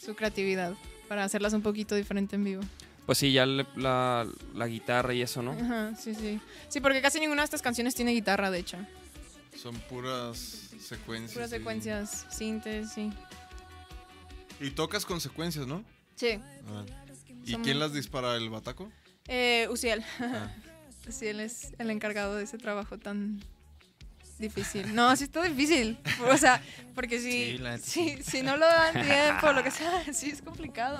E: su creatividad para hacerlas un poquito diferente en vivo.
B: Pues sí, ya le- la, la guitarra y eso, ¿no?
E: Ajá, sí, sí. Sí, porque casi ninguna de estas canciones tiene guitarra, de hecho.
C: Son puras secuencias.
E: Puras
C: y-
E: secuencias, sintes, sí.
C: Y tocas con secuencias, ¿no?
E: Sí.
C: Ah. ¿Y
E: Somos-
C: quién las dispara? ¿El bataco?
E: Eh, Uciel.
C: Ah.
E: Uciel es el encargado de ese trabajo tan difícil. No, sí está difícil. O sea, porque
D: Sí,
E: si,
D: la neta,
E: si, si no lo dan tiempo, lo que sea, sí es complicado.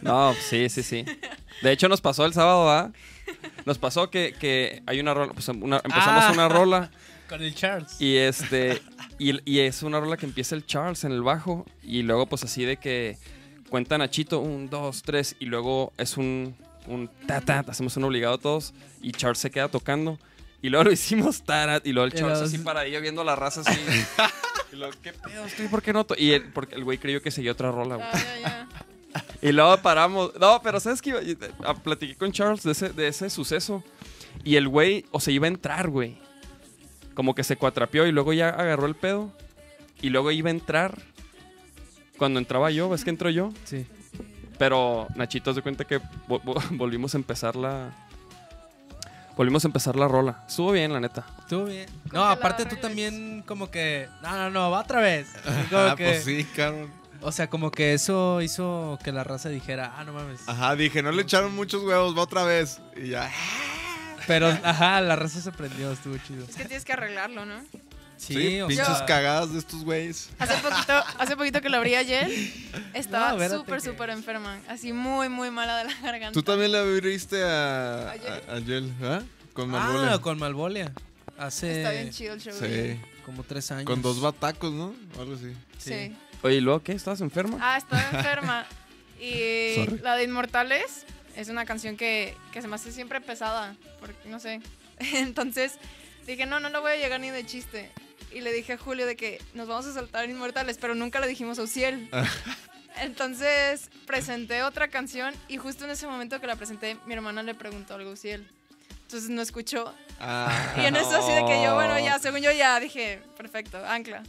B: No, sí, sí, sí. De hecho, nos pasó el sábado, ¿ah? Nos pasó que, que hay una rola, pues, una- empezamos
D: Ah.
B: una rola
D: Con el Charles.
B: y este y, y es una rola que empieza el Charles en el bajo y luego pues así de que cuentan a Chito, un, dos, tres y luego es un, un ta, ta, hacemos un obligado todos y Charles se queda tocando y luego lo hicimos tarat y luego el
D: Y
B: Charles
D: los-
B: así paradillo viendo a la raza así. y luego, ¿qué pedo estoy? ¿Por qué no? to-?" Y el, porque el güey creyó que seguía otra rola, güey.
E: Ah, ya, ya.
B: Y luego paramos. No, pero ¿sabes qué? Iba- a- Platiqué con Charles de ese, de ese suceso. Y el güey, o se iba a entrar, güey. Como que se cuatrapeó y luego ya agarró el pedo. Y luego iba a entrar. Cuando entraba yo, ¿ves que entro yo?
D: Sí.
B: Pero Nachito se cuenta que vo- vo- volvimos a empezar la. Volvimos a empezar la rola. Estuvo bien, la neta.
D: Estuvo bien.
E: que
D: No,
E: la
D: aparte tú
E: arregles.
D: también como que... No, no, no, va otra vez. Y como
C: Ah,
D: que-
C: pues sí, cabrón.
D: O sea, como que eso hizo que la raza dijera, ah, no mames.
C: Ajá, dije, no le echaron muchos huevos, va otra vez. Y ya. "Ah,
D: Pero, ajá, la raza se prendió, estuvo chido.
E: Es que tienes que arreglarlo, ¿no?
D: Sí,
C: Sí,
D: o
C: pinches
D: sea,
C: cagadas de estos güeyes.
E: Hace poquito, hace poquito que lo abrí ayer, estaba
D: No, espérate
E: súper,
D: que-
E: súper enferma. Así muy, muy mala de la garganta.
C: Tú también la abriste a,
E: Ayer.
C: a, a Yel, ¿verdad? Con Marbola.
D: Ah, con Malvolia.
E: Está bien
D: Hace
E: chido el show.
C: Sí.
D: como tres años.
C: Con dos batacos, ¿no? O algo así.
E: Sí.
B: Oye, ¿y luego qué? ¿Estabas enferma?
E: Ah, estaba enferma. Y
C: Sorry.
E: la de Inmortales es una canción que, que se me hace siempre pesada, porque no sé. Entonces dije, no, no la voy a llegar ni de chiste. Y le dije a Julio de que nos vamos a saltar Inmortales, pero nunca le dijimos a Uciel. Entonces presenté otra canción y justo en ese momento que la presenté, mi hermana le preguntó algo a Uciel. Entonces no escuchó.
C: Ah,
E: Y en eso así de que yo, bueno,
B: No.
E: ya, según yo ya dije, perfecto, ancla.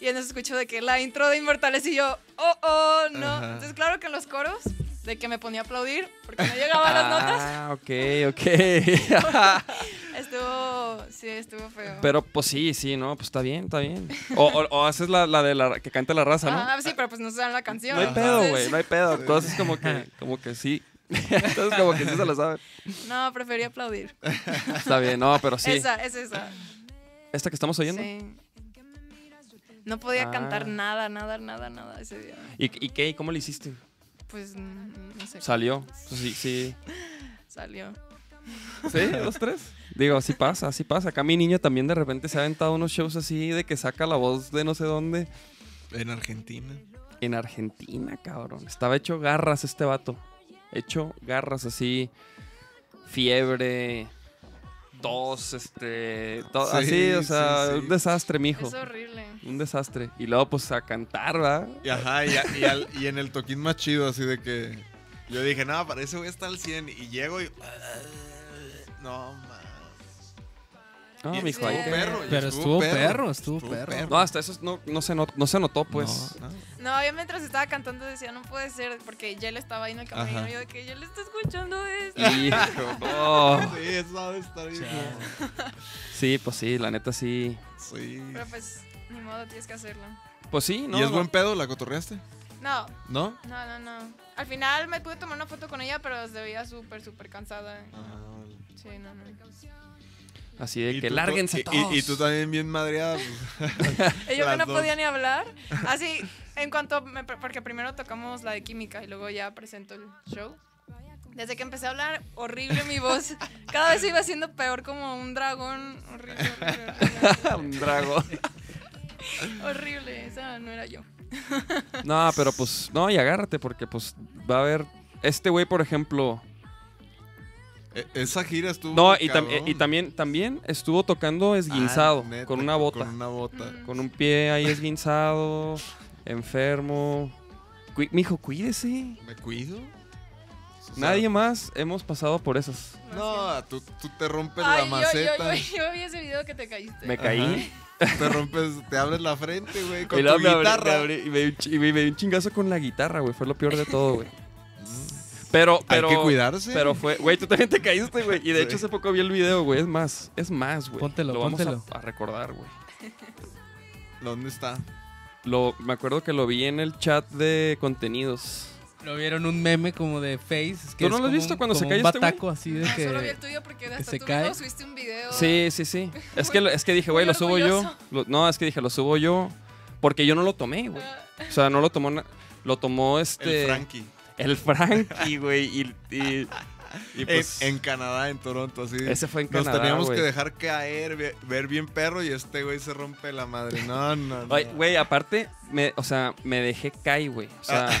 E: Y en eso escucho de que la intro de Inmortales y yo, oh, oh, no.
C: Ajá.
E: Entonces, claro que en los coros, de que me ponía a aplaudir porque no llegaban las notas,
B: Ah, ok, ok.
E: estuvo, sí, estuvo feo.
B: Pero pues sí, sí, no, pues está bien, está bien. O, o- o haces la, la de la que canta la raza, ¿no?
E: Ah, sí, pero pues no se dan la canción.
B: no hay pedo, güey,
E: entonces-
B: no hay pedo. Entonces como que, como que sí. Entonces como que sí se lo sabe.
E: No, preferí aplaudir.
B: Está bien, no, pero sí.
E: Esa, es esa.
B: ¿Esta que estamos oyendo?
E: Sí. No podía
B: Ah.
E: cantar nada, nada, nada, nada ese día.
B: ¿Y, ¿Y qué? ¿Cómo le hiciste?
E: Pues mm, no sé.
B: ¿Salió? Pues, sí, sí.
E: Salió.
B: ¿Sí? ¿Los tres? Digo, así pasa, así pasa. Acá mi niño también de repente se ha aventado unos shows así de que saca la voz de no sé dónde.
C: en Argentina.
B: En Argentina, cabrón. Estaba hecho garras este vato. Hecho garras así. Fiebre. Tos, este. to-
C: Sí,
B: así, o sea,
C: sí, sí.
B: un desastre, mijo.
E: Es horrible.
B: Un desastre. Y luego, pues, a cantar, ¿verdad?
C: Y ajá, y, a- y al- y en el toquín más chido, así de que. Yo dije, no, para ese güey está al 100. Y llego y. "Ah, No, más.
B: No,
C: Y
B: mijo,
C: estuvo
B: ahí.
C: perro. y
D: Pero estuvo perro, estuvo perro.
B: No, hasta eso no, no se not- no se notó, pues.
C: No, no.
E: No, yo mientras estaba cantando decía, no puede ser, porque Yel estaba ahí en el camerino.
C: Ajá.
E: Yo de que Yel está escuchando esto.
B: Hijo, no.
C: Sí, eso ha de estar bien.
B: oh, Sí, pues sí, la neta sí.
C: Sí.
E: Pero pues, ni modo, tienes que hacerlo.
B: Pues sí, ¿no?
C: ¿Y es buen pedo? ¿La cotorreaste?
E: No,
C: ¿No?
E: no, no, no. Al final me pude tomar una foto con ella, pero se veía súper, súper cansada. Sí, no, no.
B: Así de
C: Y
B: que
C: tú-
B: lárguense
C: y-
B: todos.
C: Y, y tú también bien madreada. pues.
E: Ella que
C: Las
E: no
C: dos.
E: podía ni hablar. Así, en cuanto, me- porque primero tocamos la de química y luego ya presento el show. Desde que empecé a hablar, horrible mi voz. Cada vez se iba siendo peor como un dragón. Horrible, horrible, horrible.
B: Un dragón.
E: Horrible, esa no era yo.
B: No, pero pues, no, y agárrate, porque pues va a haber. Este güey, por ejemplo.
C: E- Esa gira estuvo.
B: No,
C: muy
B: y, tam-
C: cabrón.
B: y también, también estuvo tocando
C: Ah,
B: esguinzado,
C: neta,
B: con una bota.
C: Con una bota.
B: Con un pie ahí esguinzado, enfermo. Cui- mijo, cuídese.
C: ¿Me cuido? O sea,
B: Nadie más hemos pasado por esas.
C: No, tú, tú te rompes
E: Ay,
C: la
E: yo- yo,
C: maceta.
E: yo- yo vi ese video que te caíste.
B: Me caí.
C: Te rompes, te abres la frente, güey, con
B: y
C: tu
B: luego me abrí-
C: guitarra.
B: me abrí- y me di un chi- y me me di un chingazo con la guitarra, güey. Fue lo peor de todo, güey. Pero, pero.
C: Hay que cuidarse.
B: Pero fue, güey, tú también te caíste, güey. Y de
C: Sí.
B: hecho hace poco vi el video, güey. Es más, es más, güey.
D: Póntelo,
B: lo vamos a-
D: póntelo.
B: a recordar, güey.
C: ¿Dónde está?
B: Lo, me acuerdo que lo vi en el chat de contenidos.
D: Lo vieron un meme como de Face. es que
B: ¿Tú no
D: es
B: lo has
D: como
B: visto
D: un-
B: cuando se
D: como
B: cae
D: un
B: este güey?
D: bataco así de
E: Ah,
D: que.
E: Solo vi el tuyo porque hasta
D: se
E: tú
D: cae.
E: mismo subiste un video.
B: Sí, sí, sí. Es que, lo- es que dije, güey,
E: Oh. Muy
B: lo subo yo.
E: orgulloso.
B: Lo- no, es que dije, lo subo yo. Porque yo no lo tomé, güey.
E: Ah,
B: O sea, no lo tomó. na- Lo tomó este.
C: El Frankie.
B: El Frankie, güey. Y, y- y pues.
C: en, en Canadá, en Toronto, así.
B: ese fue en
C: Nos
B: Canadá,
C: teníamos
B: güey.
C: que dejar caer, ve- ver bien perro y este güey se rompe la madre. No, no, no.
B: Ay, Güey, aparte, me, o sea, me dejé caer, güey. O sea,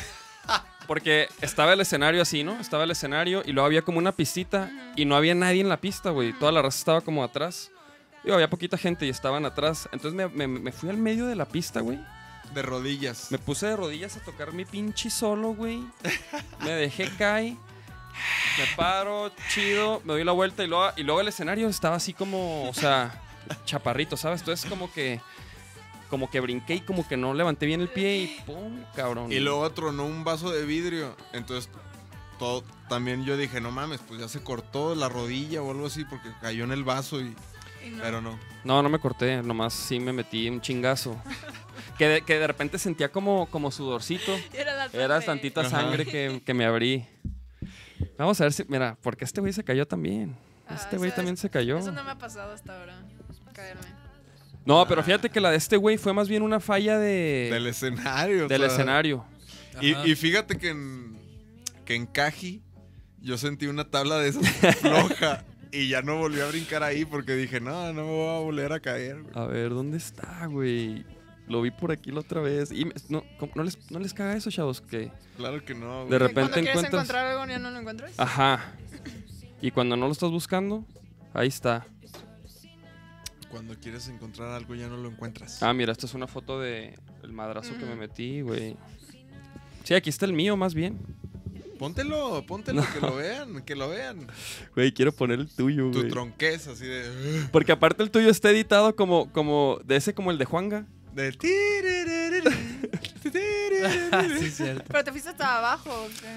B: porque estaba el escenario así, ¿no? Estaba el escenario y luego había como una pistita y no había nadie en la pista, güey. Toda la raza estaba como atrás. Y había poquita gente y estaban atrás. Entonces me, me- me fui al medio de la pista, güey.
C: De rodillas.
B: Me puse de rodillas a tocar mi pinche solo, güey. Me dejé caer. Me paro, chido, me doy la vuelta y luego, y luego el escenario estaba así como, o sea, chaparrito, ¿sabes? Entonces como que como que brinqué y como que no levanté bien el pie y pum, cabrón.
C: Y luego tronó un vaso de vidrio. Entonces, todo, también yo dije, no mames, pues ya se cortó la rodilla o algo así porque cayó en el vaso y...
E: y no.
C: Pero no.
B: No, no me corté, nomás sí me metí un chingazo. Que de, que de repente sentía como, como sudorcito.
E: Era la
B: Era
E: tarde.
B: tantita
C: Ajá.
B: sangre que, que me abrí. Vamos a ver si, mira, porque este güey se cayó también.
E: Ah,
B: Este güey
E: eso-
B: también se cayó.
E: Eso no me ha pasado hasta ahora. Caerme.
B: No, pero fíjate que la de este güey fue más bien una falla de,
C: Del escenario. o
B: Eh, del
C: sea,
B: escenario.
C: Y,
D: Ajá.
C: y fíjate que en, que en Caji yo sentí una tabla de esas floja y ya no volví a brincar ahí porque dije, no, no me voy a volver a caer. güey".
B: A ver, ¿dónde está, güey? Lo vi por aquí la otra vez. Y me- no, ¿cómo- no les, ¿No les caga eso, chavos? Que
C: Claro que
B: de
C: no. güey.
E: Cuando
B: repente
E: quieres
B: encuentras...
E: encontrar algo ya no lo encuentras.
C: Ah.
B: Ajá. Y cuando no lo estás buscando, ahí está.
C: Cuando quieres encontrar algo ya no lo encuentras.
B: Ah, mira, esta es una foto de el madrazo que me metí, güey. Sí, aquí está el mío, más bien.
C: Póntelo, póntelo, que lo vean, que lo vean.
B: Güey, quiero poner el tuyo,
C: Tu
B: güey.
C: tronquez así de...
B: Porque aparte el tuyo está editado como, como de ese como el de Juanga.
C: de tiriririrí, tiriririrí.
D: Ah, sí, es cierto.
E: Pero te fuiste hasta abajo. ¿o qué?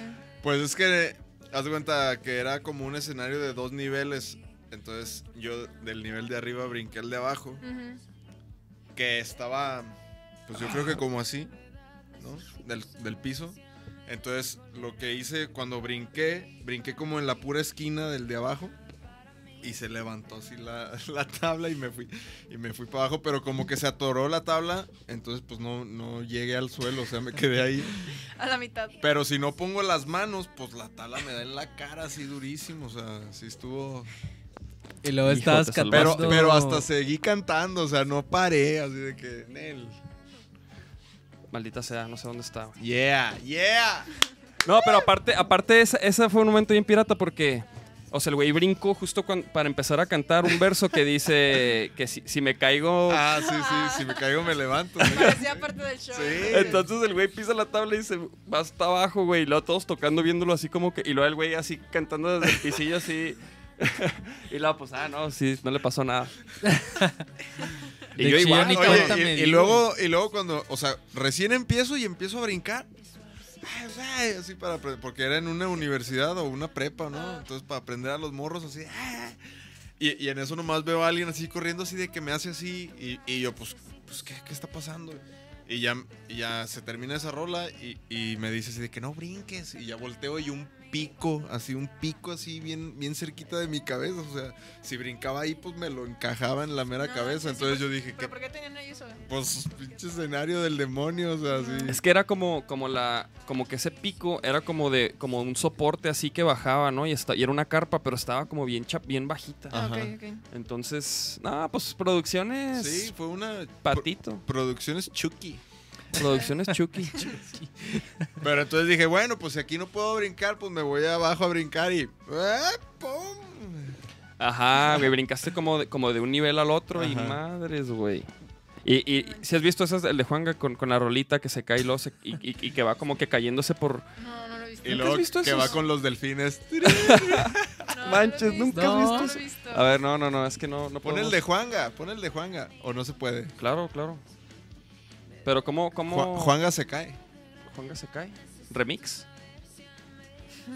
C: Pues es que haz de cuenta que era como un escenario de dos niveles. Entonces yo del nivel de arriba brinqué al de abajo.
E: Ujú.
C: que estaba, pues yo creo que como así, ¿no? Del, del piso. Entonces, lo que hice cuando brinqué, brinqué como en la pura esquina del de abajo y se levantó así la, la tabla y me fui y me fui para abajo, pero como que se atoró la tabla, entonces pues no, no llegué al suelo, o sea, me quedé ahí.
E: A la mitad.
C: Pero si no pongo las manos, pues la tabla me da en la cara así durísimo, o sea, sí estuvo...
D: Y luego
B: Hijo,
D: estabas
B: te salvaste.
C: Pero,
D: cantando-
C: pero hasta seguí cantando, o sea, no paré, así de que, Nel.
B: Maldita sea, no sé dónde está. güey.
C: Yeah, yeah.
B: No, pero aparte, aparte esa, esa fue un momento bien pirata porque, o sea, el güey brincó justo cuan- para empezar a cantar un verso que dice que si, si me caigo...
C: Ah, sí, sí, si me caigo me levanto.
E: Parecía parte del show.
C: Sí.
B: Entonces el güey pisa la tabla y se va hasta abajo, güey. Y luego todos tocando, viéndolo así como que. Y luego el güey así cantando desde el pisillo así. y luego, pues, ah, no, sí, no le pasó nada.
D: De
B: y yo
D: hecho,
B: igual.
D: ni
B: güey.
D: cuenta
C: Oye,
D: me
C: y,
D: di,
C: y luego, y luego cuando, o sea, recién empiezo y empiezo a brincar. Ay, ay, Así para apre- porque era en una universidad o una prepa,
E: Ah.
C: ¿no? Entonces para aprender a los morros así. ay, ay. Y, y en eso nomás veo a alguien así corriendo así de que me hace así. Y, y yo, pues, pues ¿qué, qué está pasando? Y ya, y ya se termina esa rola y, y me dice así de que no brinques. Y ya volteo y un pico, así un pico así bien, bien cerquita de mi cabeza. O sea, si brincaba ahí, pues me lo encajaba en la mera
E: No,
C: cabeza.
E: sí,
C: Entonces
E: sí,
C: yo dije, que
E: ¿Pero por qué tenían ahí eso?
C: pues pinche escenario del demonio, o sea, sí.
B: Es que era como, como la, como que ese pico era como de, como un soporte así que bajaba, ¿no? Y, esta- y era una carpa, pero estaba como bien, chap- bien bajita.
E: Ah,
C: Ajá.
E: ok, ok.
B: Entonces, no, pues producciones.
C: Sí, fue una
B: Patito.
C: pro- producciones Chucky.
B: Producciones Chucky.
C: Pero entonces dije, bueno, pues si aquí no puedo brincar, pues me voy abajo a brincar y ¡eh, pum!
B: Ajá, güey, brincaste como de, como de un nivel al otro y
C: Ajá.
B: madres, güey. Y, y si has visto esas, el de Juanga con, con la rolita que se cae y, luego se- y, y- y que va como que cayéndose por...
E: No, no lo he visto.
C: Y
B: ¿Nunca
C: luego
B: has visto
C: que
B: esos?
C: va con los delfines.
E: No, no
B: Manches,
E: lo he visto.
B: nunca
E: No,
D: has visto eso.
E: lo he visto.
B: A ver, no, no, no, es que no... no
C: Pon el
B: podemos-
C: de Juanga, pon el de Juanga. O no se puede.
B: Claro, claro. Pero ¿cómo, cómo
C: Ju- Juanga se cae.
B: Juanga se cae? ¿Remix?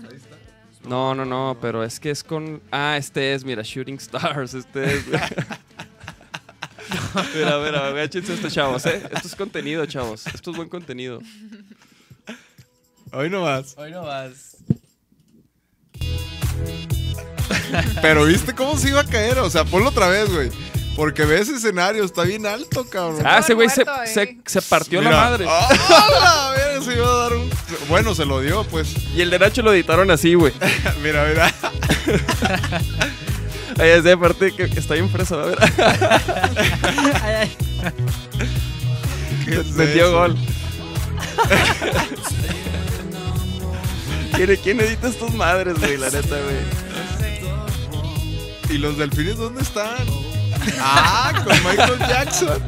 C: Ahí está.
B: No, no, no, pero es que es con... Ah, este es, mira, Shooting Stars, este es... Mira, mira, agáchense esto, chavos, ¿eh? Esto es contenido, chavos. Esto es buen contenido.
C: Hoy no vas.
D: Hoy no vas.
C: Pero viste cómo se iba a caer. O sea, ponlo otra vez, güey. Porque ve ese escenario, está bien alto, cabrón.
B: Ah, ese güey se,
E: muerto,
B: se,
E: eh.
B: se partió la
C: Mira.
B: madre.
C: ¡Ah, la verga! Se iba a dar un. Bueno, se lo dio, pues.
B: Y el de Nacho lo editaron así, güey.
C: Mira, mira.
B: Ahí es de parte que que está bien fresa, a ver.
C: ¿Qué es
B: Metió
C: eso?
B: gol. ¿Quién, quién edita estas madres, güey? La neta, güey.
C: ¿Y los delfines dónde están? Ah, con Michael Jackson.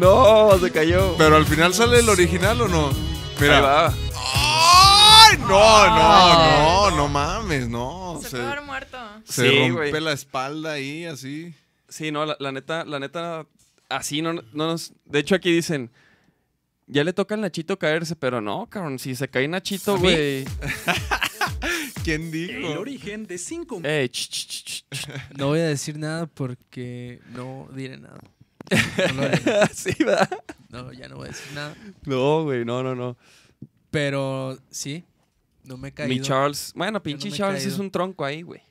B: No, se cayó.
C: Pero al final sale el original o no?
B: Ahí
C: Mira.
B: va.
C: ¡Ay! No, no, no, no mames, no.
E: Se
C: Se,
E: puede haber muerto.
C: se
B: Sí,
C: rompe
B: güey.
C: la espalda ahí, así.
B: Sí, no, la, la neta, la neta, así no, no nos. De hecho, aquí dicen. Ya le toca al Nachito caerse, pero no, cabrón. Si se cae Nachito,
D: ¿A mí?
B: güey.
C: ¿Quién
G: El
C: dijo?
G: origen de cinco
B: Eh, ch, ch, ch, ch, ch.
D: No voy a decir nada porque no diré nada. No, lo haré.
B: sí, ¿verdad?
D: No, ya no voy a decir nada.
B: No, güey, no, no, no.
D: Pero sí, no me he caído.
B: Mi Charles. Bueno, pinche
D: me he
B: Charles
D: caído.
B: es un tronco ahí, güey.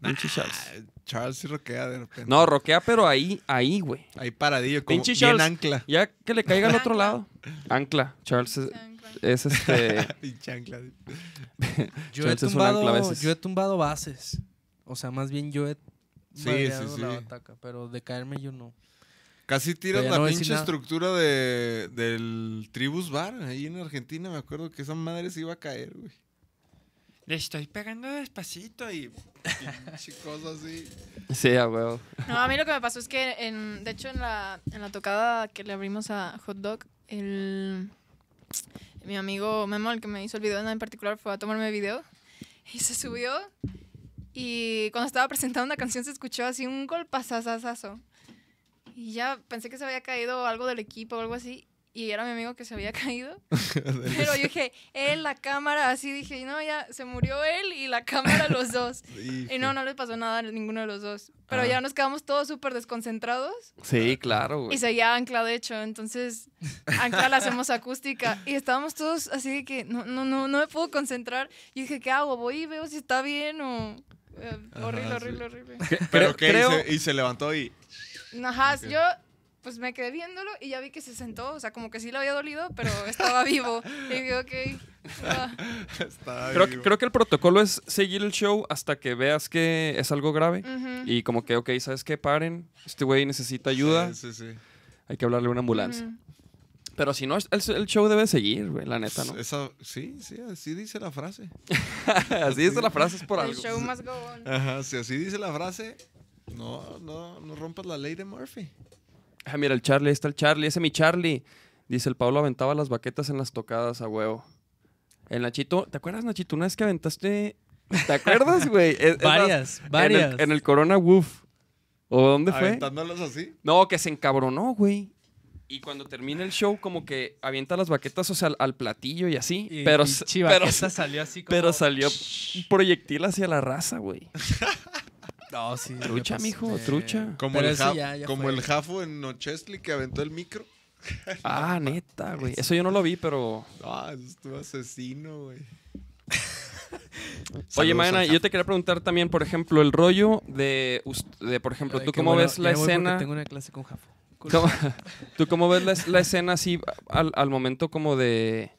B: Pinche Charles.
C: Charles sí roquea de repente.
B: No, roquea, pero ahí, ahí, güey.
C: Ahí paradillo, como
B: Pinche
C: bien
B: Charles.
C: ancla.
B: Ya que le caiga al otro lado. Ancla. Charles es, es este.
C: Pinche ancla.
D: yo, he
B: Charles es un ancla a
D: tumbado,
B: veces.
D: yo he tumbado bases. O sea, más bien yo he
C: Sí,
D: madreado
C: sí,
D: la
C: sí.
D: bataca, pero de caerme yo no.
C: Casi tiras
D: Pero ya
C: la
D: no voy a decir
C: pinche
D: nada.
C: estructura de, del Tribus Bar ahí en Argentina. Me acuerdo que esa madre se iba a caer, güey.
G: Le estoy pegando despacito y.
C: Pinche cosa así.
B: Sí, a huevo.
E: No, a mí lo que me pasó es que, en, de hecho, en la, en la tocada que le abrimos a Hot Dog, el, mi amigo Memo, el que me hizo el video en particular, fue a tomarme video y se subió. Y cuando estaba presentando una canción se escuchó así un golpazazazazo. Y ya pensé que se había caído algo del equipo o algo así. Y era mi amigo que se había caído. Pero yo dije, él, la cámara, así dije, no, ya se murió él y la cámara, los dos. Y no, no les pasó nada a ninguno de los dos. Pero
B: Ah.
E: ya nos quedamos todos súper desconcentrados
B: Sí, claro,
E: y
B: güey.
E: seguía Ancla, de hecho. Entonces, Ancla la hacemos acústica. Y estábamos todos así de que no, no, no, no me puedo concentrar. Y dije, ¿qué hago? Voy y veo si está bien o... eh, horrible,
C: Ajá,
E: horrible,
C: sí.
E: horrible.
C: Pero
B: Creo-
C: que
B: creo-
C: y, se, y se levantó y.
E: Ajá,
C: Ok.
E: yo pues me quedé viéndolo y ya vi que se sentó. O sea, como que sí le había dolido, pero estaba vivo. Y dije, ok. ah,
C: Estaba
B: Creo, que-
C: vivo.
B: creo que el protocolo es seguir el show hasta que veas que es algo grave.
E: ujú.
B: Y como que, ok, ¿sabes qué? Paren. Este güey necesita ayuda.
C: Sí, sí, sí.
B: Hay que hablarle a una ambulancia.
E: Ujú.
B: Pero si no, el, el show debe seguir, güey, la neta, ¿no?
C: Esa- sí, sí, así dice la frase.
B: Así es la frase, es por
E: El
B: algo.
E: show must go on.
C: Ajá, si así dice la frase, no, no, no rompas la ley de Murphy.
B: Ah, mira, el Charlie, ahí está el Charlie, ese mi Charlie. Dice, el Pablo aventaba las baquetas en las tocadas a huevo. El Nachito, ¿te acuerdas, Nachito? Una vez que aventaste... ¿Te acuerdas, güey? Es- es más,
D: Varias,
B: en el-
D: varias.
B: En el, Corona Woof. ¿O dónde fue?
C: Aventándolos así.
B: No, que se encabronó, güey. Y cuando termina el show, como que avienta las baquetas, o sea, al, al platillo y así.
D: Y-
B: pero,
D: y
B: s-
D: Chivaqueta
B: pero,
D: salió así como...
B: pero salió un proyectil hacia la raza, güey.
D: No, sí. me
B: Trucha,
D: pasé.
B: mijo, trucha.
C: Como,
D: Pero
C: el,
D: eso
C: ja-
D: ya- ya
C: como
D: fue.
C: el jafo en Nochesli que aventó el micro.
B: Ah, neta, güey. Eso yo no lo vi, pero.
C: Ah, eso estuvo asesino, güey.
B: Oye,
C: Saludos
B: Maena,
C: al
B: yo te quería preguntar también, por ejemplo, el rollo de. us- de por ejemplo,
D: Ay,
B: ¿tú
D: qué
B: cómo
D: bueno,
B: ves la
D: ya voy porque
B: escena?
D: Tengo una clase con Jafo.
B: ¿Cómo- ¿Tú cómo ves la, es- la escena así al, al momento como de...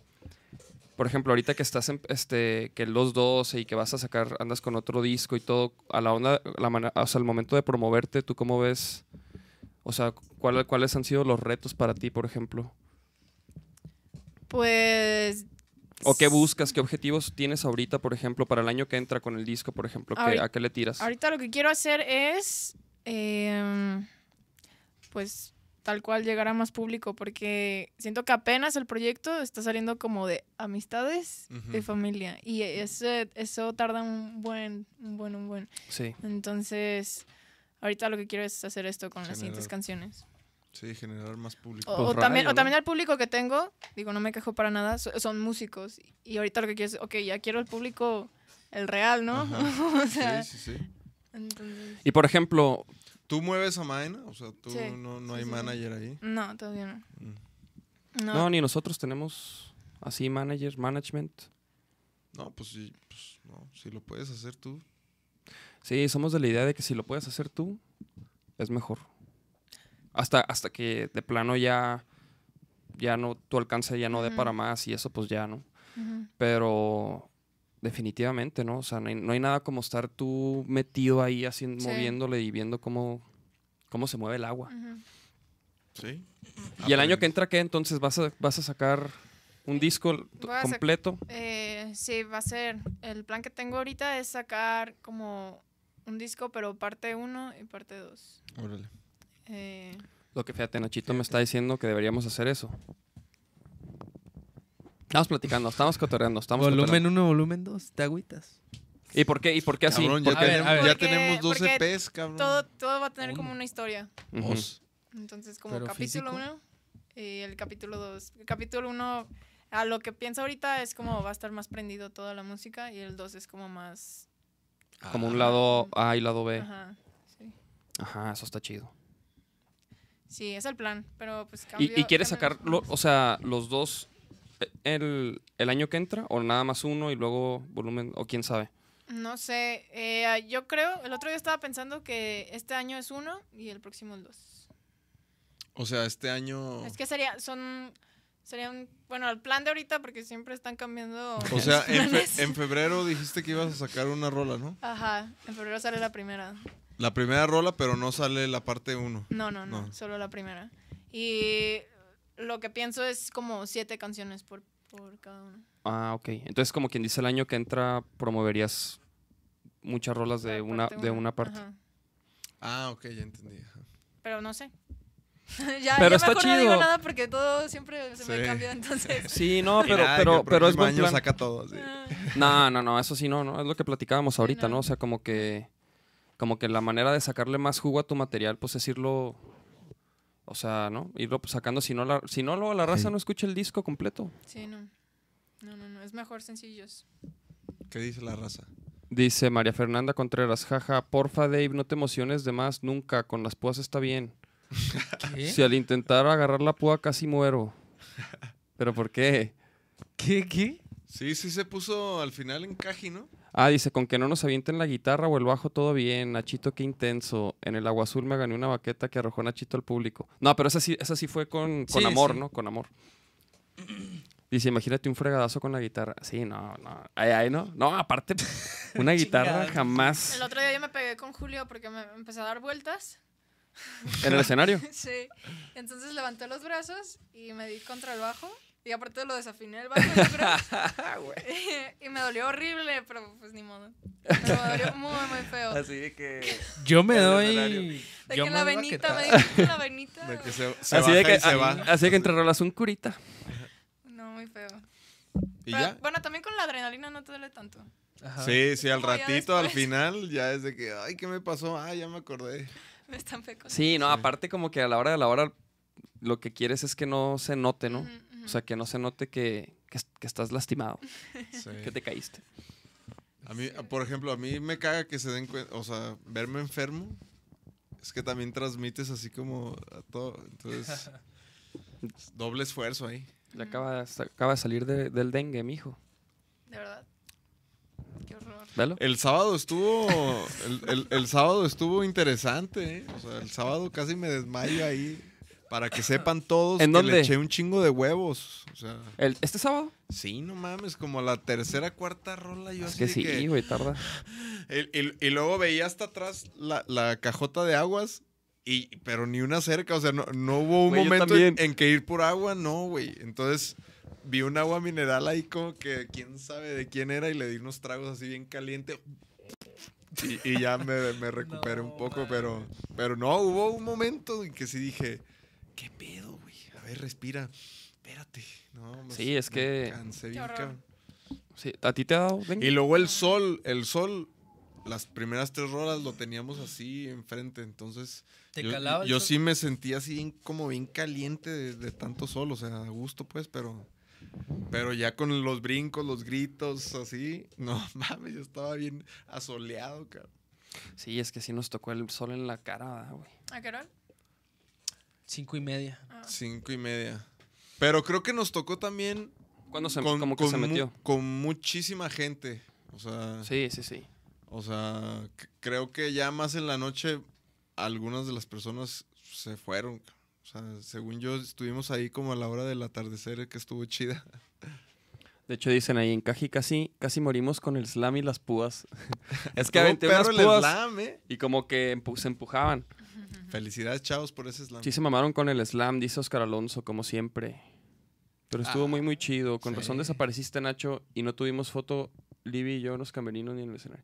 B: Por ejemplo, ahorita que estás en este, que los 12 y que vas a sacar, andas con otro disco y todo, a la onda, la mana- o sea, al momento de promoverte, ¿tú cómo ves? O sea, ¿cuál- ¿cuáles han sido los retos para ti, por ejemplo?
E: Pues
B: ¿O qué buscas? ¿Qué objetivos tienes ahorita, por ejemplo, para el año que entra con el disco, por ejemplo? ¿Qué-
E: Ahorita-
B: ¿A qué le tiras?
E: ahorita lo que quiero hacer es, em, pues tal cual llegar a más público, porque siento que apenas el proyecto está saliendo como de amistades y
C: Ujú.
E: familia, y ese- eso tarda un buen, un buen, un buen.
B: Sí.
E: Entonces, ahorita lo que quiero es hacer esto con las siguientes
C: Generar.
E: canciones.
C: Sí, generar más público.
E: O,
B: Pues
E: o también,
B: radio,
E: o también
B: ¿no?
E: al público que tengo, digo, no me quejo para nada, so- son músicos. Y ahorita lo que quiero es, ok, ya quiero el público, el real, ¿no?
C: Ajá.
E: o sea,
C: Sí, sí, sí.
E: entonces,
B: Y por ejemplo,
C: ¿Tú mueves a Maena? O sea, tú
E: Sí,
C: no, no
E: sí,
C: hay
E: sí, sí.
C: manager ahí.
E: no, todavía no.
C: Mm.
E: No,
B: no, ni nosotros tenemos así manager, management.
C: No, pues sí, pues no. Si lo puedes hacer tú.
B: Sí, somos de la idea de que si lo puedes hacer tú, es mejor. Hasta, hasta que de plano ya, ya no, tu alcance ya no dé
E: Ujú.
B: para más y eso pues ya no.
E: ujú.
B: Pero definitivamente, ¿no? O sea, no hay, no hay nada como estar tú metido ahí haciendo,
E: Sí.
B: moviéndole y viendo cómo, cómo se mueve el agua.
E: Ujú.
C: Sí.
B: Y el año que entra, ¿qué? Entonces vas a, vas a sacar un disco t-
E: Voy a sac-
B: completo.
E: Eh, sí, va a ser. El plan que tengo ahorita es sacar como un disco, pero parte 1 y parte Eh, 2.
C: Órale.
B: Lo que fíjate, Nachito me está diciendo que deberíamos hacer eso. Estamos platicando, estamos cotorreando, estamos cotorreando.
D: Volumen 1, volumen 2, te agüitas.
B: ¿Y por qué? ¿Y por qué así?
C: Cabrón,
B: ¿Por
C: ya,
D: A
B: qué?
D: ver,
C: tenemos,
D: a ver.
C: ya
E: Porque-
C: tenemos 12
E: porque
C: Ps, cabrón.
E: todo, todo va a tener como una historia.
B: Ujú.
C: Dos.
E: Entonces, como
D: Pero
E: capítulo
D: físico.
E: 1 y el capítulo 2. El capítulo 1, a lo que pienso ahorita, es como va a estar más prendido toda la música y el 2 es como más...
B: Como un lado A y lado B. Ajá,
E: Ajá, sí.
B: eso está chido.
E: Sí, es el plan, pero pues
B: ¿Y, y
E: cambio-
B: quieres
E: cambio los
B: sacar, lo-
E: planes.
B: o sea, los dos eh, el, el año que entra? ¿O nada más uno y luego volumen? ¿O quién sabe?
E: No sé, eh, ah, yo creo, el otro día estaba pensando que este año es uno y el próximo el dos.
C: O sea, este año.
E: Es que sería, son, serían, bueno, el plan de ahorita porque siempre están cambiando.
C: O sea,
E: los
C: en, fe-
E: planes.
C: en febrero dijiste que ibas a sacar una rola, ¿no?
E: Ajá, en febrero sale la primera.
C: La primera rola, pero no sale la parte 1.
E: No, no, no,
C: No.
E: solo la primera. Y lo que pienso es como siete canciones por, por cada uno.
B: Ah, ok. Entonces, como quien dice, el año que entra promoverías muchas rolas de
E: Cada
B: una,
E: parte
B: de una parte.
E: Ajá.
C: Ah, ok, ya entendí. ajá.
E: Pero no sé. ya,
B: Pero
E: ya
B: está
E: mejor no digo
B: chido.
E: nada porque todo siempre se me
C: Sí.
E: cambia, entonces.
B: Sí, no, pero,
C: Ay, Ah, que
B: pero,
C: el
B: pero es
C: próximo
B: buen
C: año
B: plan.
C: saca todo. así.
E: Ah.
B: No, no, no, eso sí no, no, es lo que platicábamos ahorita,
E: no.
B: ¿no? O sea, como que como que la manera de sacarle más jugo a tu material pues es irlo o sea, ¿no? Irlo pues, sacando si no la si no luego la raza no escucha el disco completo.
E: Sí, no. No, no, no. Es mejor sencillos.
C: ¿Qué dice la raza?
B: Dice María Fernanda Contreras, jaja, porfa Dave, no te emociones de más nunca, con las púas está bien.
D: ¿Qué?
B: Si al intentar agarrar la púa casi muero. ¿Pero por qué?
D: ¿Qué? ¿Qué?
C: Sí, sí se puso al final en caji, ¿no?
B: Ah, dice, con que no nos avienten la guitarra o el bajo, todo bien. Nachito, qué intenso. En el agua azul me gané una baqueta que arrojó Nachito al público. No, pero esa sí, esa sí fue con, con
D: Sí,
B: amor,
D: sí.
B: ¿no? Con amor. Dice, imagínate un fregadazo con la guitarra. Sí, no, no. Ay, ay, no. No, aparte, una guitarra
D: Chingada.
E: El
B: jamás
E: otro día yo me pegué con Julio porque me empecé a dar vueltas.
B: en el escenario.
E: Sí. Entonces levanté los brazos y me di contra el bajo. Y aparte lo desafiné el bajo. yo creo. y me dolió horrible, pero pues ni modo. Pero me dolió muy, muy feo. De
B: de que...
D: Yo me
B: El
D: doy.
B: escenario.
E: que
D: yo
E: en la
D: doy
E: venita, me
D: baquetada.
E: di con la venita.
C: De que se, se
B: Así de
C: baja
B: que, ah,
C: y se va.
B: así de que entre rolas un curita.
E: No, muy feo.
C: ¿Y
E: Pero,
C: ya?
E: Bueno, también con la adrenalina no te duele tanto.
D: Ajá.
C: Sí, sí, al
E: No, ya
C: ratito, al
E: después.
C: final, ya es de que, ay, ¿qué me pasó? Ah, ya me acordé.
E: Me estampé con
B: Sí, no, aparte como que a la hora de la hora lo que quieres es que no se note, ¿no?
E: Ujú, ujú.
B: O sea, que no se note que, que- que estás lastimado,
C: Sí.
B: que te caíste.
C: A mí, por ejemplo, a mí me caga que se den cuenta, o sea, verme enfermo es que también transmites así como a todo. Entonces, Doble esfuerzo ahí.
B: Le acaba, sa- acaba de salir de- del dengue, mijo.
E: De verdad. Qué horror.
B: Velo.
C: El sábado estuvo. El, el- el sábado estuvo interesante, ¿eh? O sea, el sábado casi me desmayo ahí. Para que sepan todos
B: ¿En
C: que
B: dónde?
C: le eché un chingo de huevos. O sea,
B: El- ¿Este sábado?
C: sí, no mames, como la tercera, cuarta rola. Yo
B: Es
C: así
B: que
C: de
B: sí, güey, tarda.
C: El- el- y luego veía hasta atrás la, la cajota de aguas, y, pero ni una cerca. O sea, no, no hubo un
B: Güey, yo
C: momento en,
B: también.
C: en que ir por agua, no, güey. Entonces vi un agua mineral ahí como que quién sabe de quién era y le di unos tragos así bien caliente. Y, y ya me, me recuperé un poco, pero, pero no, hubo un momento en que sí dije, ¿qué pedo, güey? A ver, respira. Espérate. No, me-
B: Sí, es
C: me
B: que-
C: cansé
E: Qué
C: bien,
E: horror.
C: cabrón.
B: Sí, ¿A ti te ha dado dengue?
C: Y luego el sol, el sol, las primeras tres rolas lo teníamos así enfrente, entonces
D: ¿Te
C: yo,
D: calaba el
C: yo
D: sol?
C: sí me sentía así bien- como bien caliente de, de tanto sol, o sea, a gusto pues, pero pero ya con los brincos, los gritos, así, no mames, yo estaba bien asoleado, cabrón.
B: Sí, es que sí nos tocó el sol en la cara, ¿verdad, güey.
E: ¿A qué hora?
D: Cinco y media.
E: Ah.
C: Cinco y media. Pero creo que nos tocó también
B: Cuando se,
C: con,
B: como que
C: con
B: se
C: mu- ah.
B: metió.
C: con muchísima gente, o sea,
B: Sí, sí, sí.
C: O sea, c- creo que ya más en la noche algunas de las personas se fueron. ca- O sea, según yo estuvimos ahí como a la hora del atardecer que estuvo chida.
B: De hecho, dicen ahí en Caji casi, casi morimos con el slam y las púas. es que
C: Estuvo
B: aventé unas
C: perro el
B: púas
C: slam, ¿eh?
B: y como que empu- se empujaban.
C: Felicidades, chavos, por ese slam.
B: Sí se mamaron con el slam, dice Oscar Alonso, como siempre. Pero
C: Ah,
B: estuvo muy, muy chido. Con razón
D: sí.
B: desapareciste, Nacho, y no tuvimos foto, Libby y yo, en los camerinos ni en el escenario.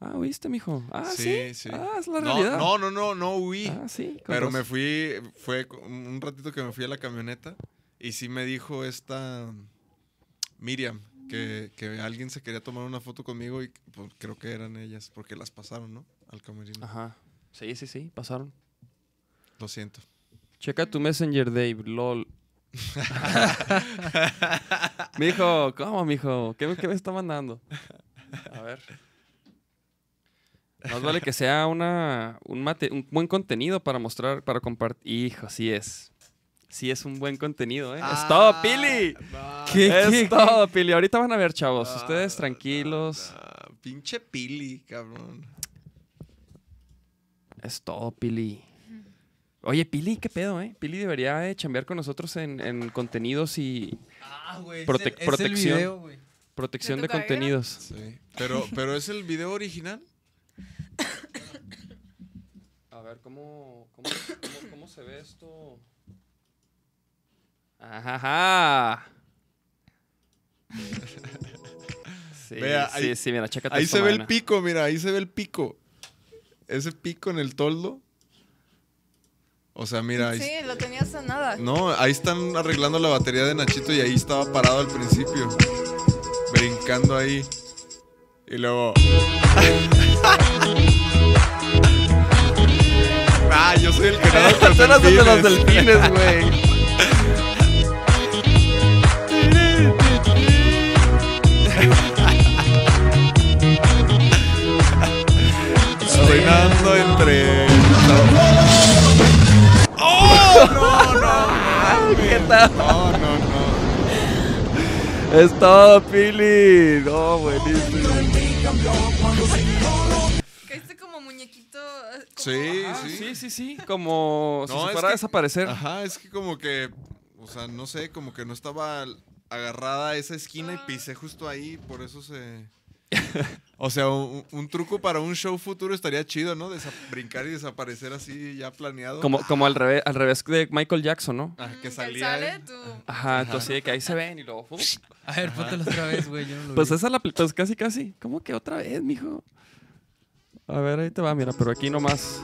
B: Ah, ¿oíste, mijo? Ah, sí. Ah, es la
C: no,
B: realidad.
C: No, no, no, no huí.
B: Ah, sí. con
C: pero me
B: razón.
C: fui, fue cu- un ratito que me fui a la camioneta y sí me dijo esta Miriam que, que alguien se quería tomar una foto conmigo y pues, creo que eran ellas porque las pasaron, ¿no? Al camerino.
B: Ajá. Sí, sí, sí, pasaron.
C: Lo siento.
B: Checa tu Messenger, Dave, lol. mijo, ¿cómo, mijo? ¿Qué, me- qué me está mandando? A ver. Más vale que sea una, un, mate- un buen contenido para mostrar, para compartir. Hijo, sí es. Sí es un buen contenido, ¿eh? ¡Es
C: Ah,
B: todo, Pili!
D: ¿Qué,
B: ¡Es
D: qué,
B: todo, Pili! Ahorita van a ver, chavos.
C: Ah,
B: Ustedes
C: no,
B: tranquilos.
C: no, pinche pili, cabrón.
B: Es todo, Pili. Oye, Pili, ¿qué pedo, eh? Pili debería de chambear con nosotros en, en contenidos y
D: Ah, güey.
B: Prote-
D: es el,
B: protección.
D: Es el video, güey.
B: protección
E: tu
B: de
E: cadera?
B: contenidos.
C: Sí. Pero, pero es el video original.
B: A ver, ¿cómo, cómo, cómo, cómo se ve esto? Ajá. Sí,
C: Vea,
B: sí,
C: ahí-
B: sí, mira, chécate
C: Ahí
B: esta
C: se ve el
B: vaina.
C: pico, mira, ahí se ve el pico. Ese pico en el toldo. O sea, mira, ahí,
E: Sí, lo tenías a nada.
C: no, ahí están arreglando la batería de Nachito y ahí estaba parado al principio. Brincando ahí. Y luego. ah, yo soy el que nada más
B: Son las de los
C: delfines.
B: delfines, güey.
C: Estoy nadando entre. ¡Oh! No, no, no. ¿Qué tal? No, no, no.
B: Es todo, Pili. No, buenísimo.
E: Caíste este como muñequito. eh, como-
C: Sí,
B: Ah,
C: sí.
B: sí, sí, sí. Como si
C: No,
B: se
C: es
B: fuera a
C: que-
B: desaparecer.
C: Ajá, es que como que. O sea, no sé, como que no estaba agarrada a esa esquina y pisé justo ahí, por eso se. O sea, un, un truco para un show futuro estaría chido, ¿no? Desa- brincar y desaparecer así ya planeado.
B: Como, como al revés, al revés de Michael Jackson, ¿no?
C: Ah,
E: Mm,
C: que
E: que
C: salía.
E: sale
C: él.
E: tu-
B: Ajá, tú así de que ahí se ven y luego. ¡fum!
D: A ver, póntelo otra vez, güey. Yo no lo
B: Pues
D: vi.
B: esa la apl- pues casi casi. ¿Cómo que otra vez, mijo? A ver, ahí te va, mira, pero aquí nomás.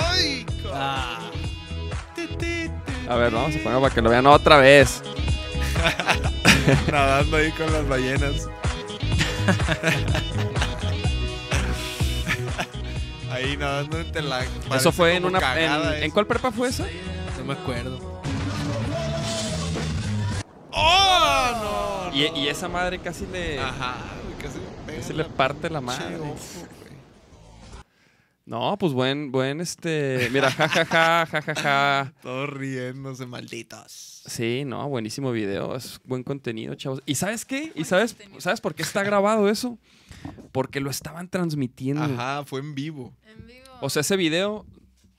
C: ¡Ay!
D: Ah,
B: A ver, vamos a poner para que lo vean otra vez.
C: Nadando ahí con las ballenas. ahí nadando entre la. parece
B: Eso fue en
C: como
B: una
C: cagada
B: en,
C: eso.
B: ¿en cuál prepa fue esa?
D: no me acuerdo.
C: ¡Oh! No,
B: Y,
C: no.
B: y esa madre casi le
C: Ah. Ajá, güey, casi, me pega
B: casi
C: en
B: le
C: la
B: parte la
C: pinche
B: madre.
C: ojo, güey.
B: No, pues buen, buen, este. Mira, jajaja, jajaja.
C: Todos riéndose, malditos.
B: Sí, no, buenísimo video, es buen contenido, chavos. ¿Y sabes qué? ¿Y sabes, sabes por qué está grabado eso? Porque lo estaban transmitiendo.
C: Ajá, fue en vivo.
E: En vivo.
B: O sea, ese video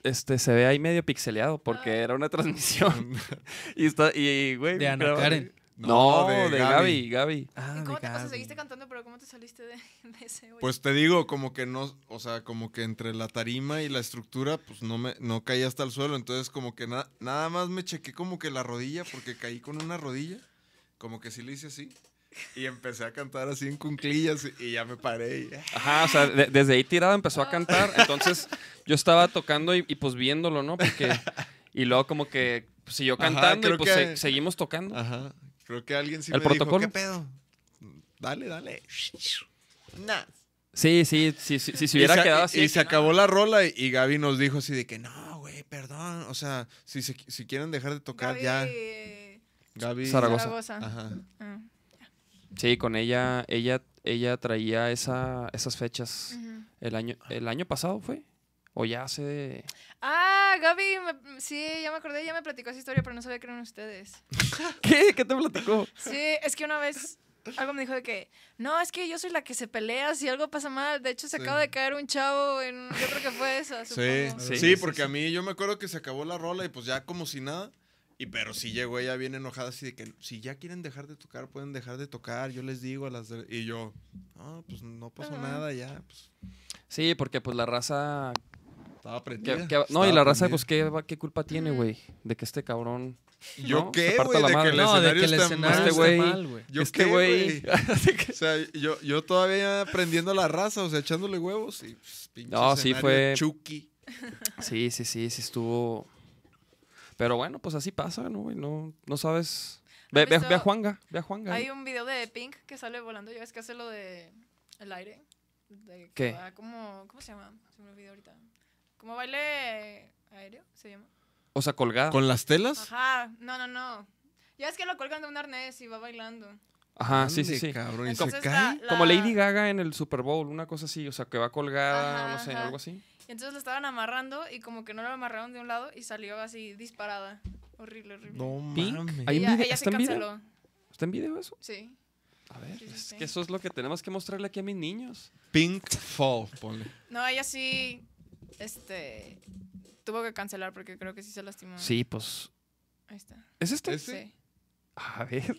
B: este, se ve ahí medio pixeleado porque era una transmisión. y está, y, güey.
D: De Ana
B: graba-
D: Karen.
B: No, de, Gaby, Gaby.
D: Ah,
E: ¿Y
D: de
E: cómo te o sea,
D: Gaby.
E: Seguiste cantando, pero ¿cómo te saliste de, de ese, güey?
C: Pues te digo, como que no, o sea, como que entre la tarima y la estructura, pues no me, no caí hasta el suelo. Entonces, como que na- nada más me chequé como que la rodilla, porque caí con una rodilla, como que sí le hice así. Y empecé a cantar así en cunclillas y, y ya me paré. y-
B: Ajá, o sea, de- desde ahí tirado empezó a cantar. Entonces yo estaba tocando y, y, pues viéndolo, ¿no? Porque. Y luego como que pues, siguió
C: Ajá,
B: cantando y
C: creo
B: pues
C: que- Ah.
B: se- seguimos tocando.
C: Ajá. Creo que alguien sí
B: ¿El
C: me
B: protocolo?
C: dijo, ¿qué pedo? Dale, dale. Nah.
B: Sí, sí, sí, sí, sí, se hubiera
C: y se,
B: quedado
C: y-
B: así.
C: Y
B: de
C: se
B: que,
C: acabó la rola y, y Gaby nos dijo así de que no, güey, perdón. O sea, si, se- si quieren dejar de tocar ya.
E: Gaby
C: Gaby.
B: Zaragoza.
E: Zaragoza.
C: Ajá.
E: Ah,
B: "No". Sí, con ella, ella, ella traía esa, esas fechas
E: ujú.
B: el año, el año pasado, ¿fue? O ya hace.
E: Ah, Gaby, me- sí, ya me acordé, ya me platicó esa historia, pero no sabía que eran ustedes.
B: ¿Qué? ¿Qué te platicó?
E: Sí, es que una vez algo me dijo de que, no, es que yo soy la que se pelea si algo pasa mal. De hecho, se
C: Sí.
E: acaba de caer un chavo en... Yo creo que fue esa,
C: Sí,
E: supongo.
B: Sí,
C: sí,
B: sí,
C: porque a mí yo me acuerdo que se acabó la rola y pues ya como si nada. Y pero sí llegó ella bien enojada así de que si ya quieren dejar de tocar, pueden dejar de tocar. Yo les digo a las... de-". Y yo, no, pues no pasó
E: Ajá.
C: nada ya. Pues,
B: Sí, porque pues la raza.
C: estaba
B: que-
C: prendida.
B: que- no,
C: estaba
B: y la raza,
C: prendida.
B: pues, ¿qué, va- qué culpa tiene, güey? De que este cabrón.
C: ¿Yo
B: ¿no? Se
C: qué,
B: parta
C: güey?
B: la
C: De que
B: madre.
C: el
D: No, de
C: escenario
D: que el
C: está mal.
D: escenario
B: Este güey-
D: esté mal, güey.
C: ¿Yo
B: este
C: qué,
B: güey.
C: O sea, yo, yo todavía aprendiendo a la raza, o sea, echándole huevos y pues, pinche
B: No, sí
C: escenario
B: fue-
C: Chucky.
B: sí, sí, sí, sí estuvo. Pero bueno, pues así pasa, ¿no, güey? No, no sabes. Ve,
E: ¿Han
B: ve-
E: visto-
B: ve a Juanga, ve a Juanga.
E: Hay
B: ¿eh?
E: un video de Pink que sale volando, ya ves que hace lo de el aire. De que
B: ¿Qué?
E: va como, ¿Cómo se llama? Se me olvidó ahorita. Como baile aéreo, se llama.
B: O sea, colgada.
C: ¿Con las telas?
E: Ajá, no, no, no. Ya es que lo cuelgan de un arnés y va bailando.
B: Ajá, sí,
C: Ande,
B: sí, sí.
C: Cabrón, ¿y se
E: Entonces,
C: cae?
E: la-
B: Como
E: la-
B: Lady Gaga en el Super Bowl, una cosa así, o sea, que va colgada,
E: Ajá,
B: no sé,
E: ajá.
B: algo así.
E: Y entonces lo estaban amarrando y como que no lo amarraron de un lado y salió así disparada. Horrible, horrible.
C: No
B: Pink.
C: mames.
B: Ahí
E: Y
B: en
E: ella,
B: video-
E: ella
B: ¿está
E: se
B: en video?
E: canceló.
B: ¿Está en video eso?
E: Sí.
B: A ver,
E: Sí, sí,
B: es
E: sí.
B: que eso es lo que tenemos que mostrarle aquí a mis niños.
C: Pink Fall, ponle.
E: No, ella sí, este, tuvo que cancelar porque creo que sí se lastimó.
B: Sí, pues.
E: Ahí está.
B: ¿Es este?
C: ¿Ese?
E: Sí.
B: A ver.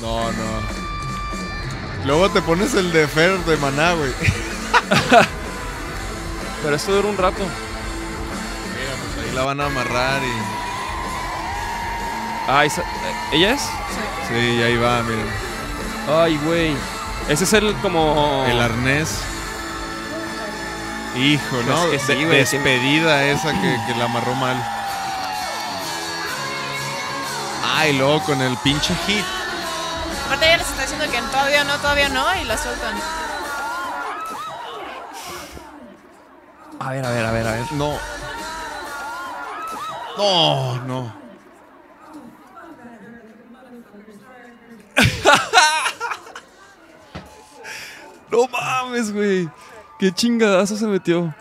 C: No, no. Luego te pones el de Fer de Maná, güey.
B: Pero esto dura un rato.
C: Mira, pues ahí la van a amarrar y.
B: Ah, esa- eh, ¿ella es?
C: Sí, y ahí va, mira.
B: Ay, güey. Ese es el como.
C: El arnés. Hijo, ¿no?
B: Es que sí,
C: De-
B: güey, sí.
C: despedida esa que, que la amarró mal. Ay, Ah, luego con el pinche hit.
E: Aparte ella les está diciendo que todavía no, todavía no y la sueltan.
B: A ver, a ver, a ver, a ver.
C: No. No, no.
B: No mames, güey. Qué chingadazo se metió.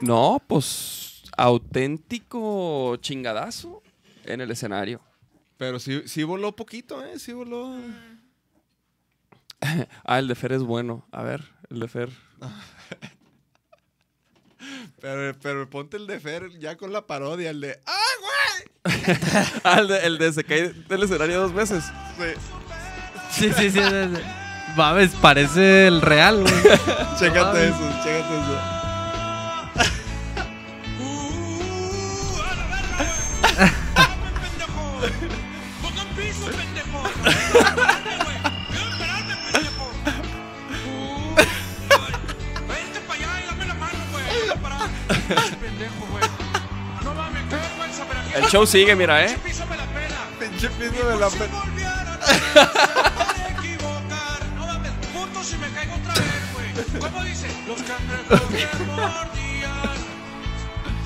B: No, pues auténtico chingadazo en el escenario.
C: Pero sí, sí voló poquito, ¿eh? Sí voló.
B: Ah, el de Fer es bueno. A ver, el de Fer.
C: Pero, pero ponte el de Fer ya con la parodia, el de. ¡Ah,
B: Ah, el de, el de se cae del escenario dos veces.
C: güey!
D: Sí, sí, sí. sí, sí. Mames, parece el real, güey.
C: Chécate eso, chécate eso.
B: El show sigue, mira, ¿eh?
C: Pinche piso de la pe-
A: equivocar, no mames, puto
H: si me caigo otra vez, güey. ¿Cómo dice? Los cangrejos me mordían.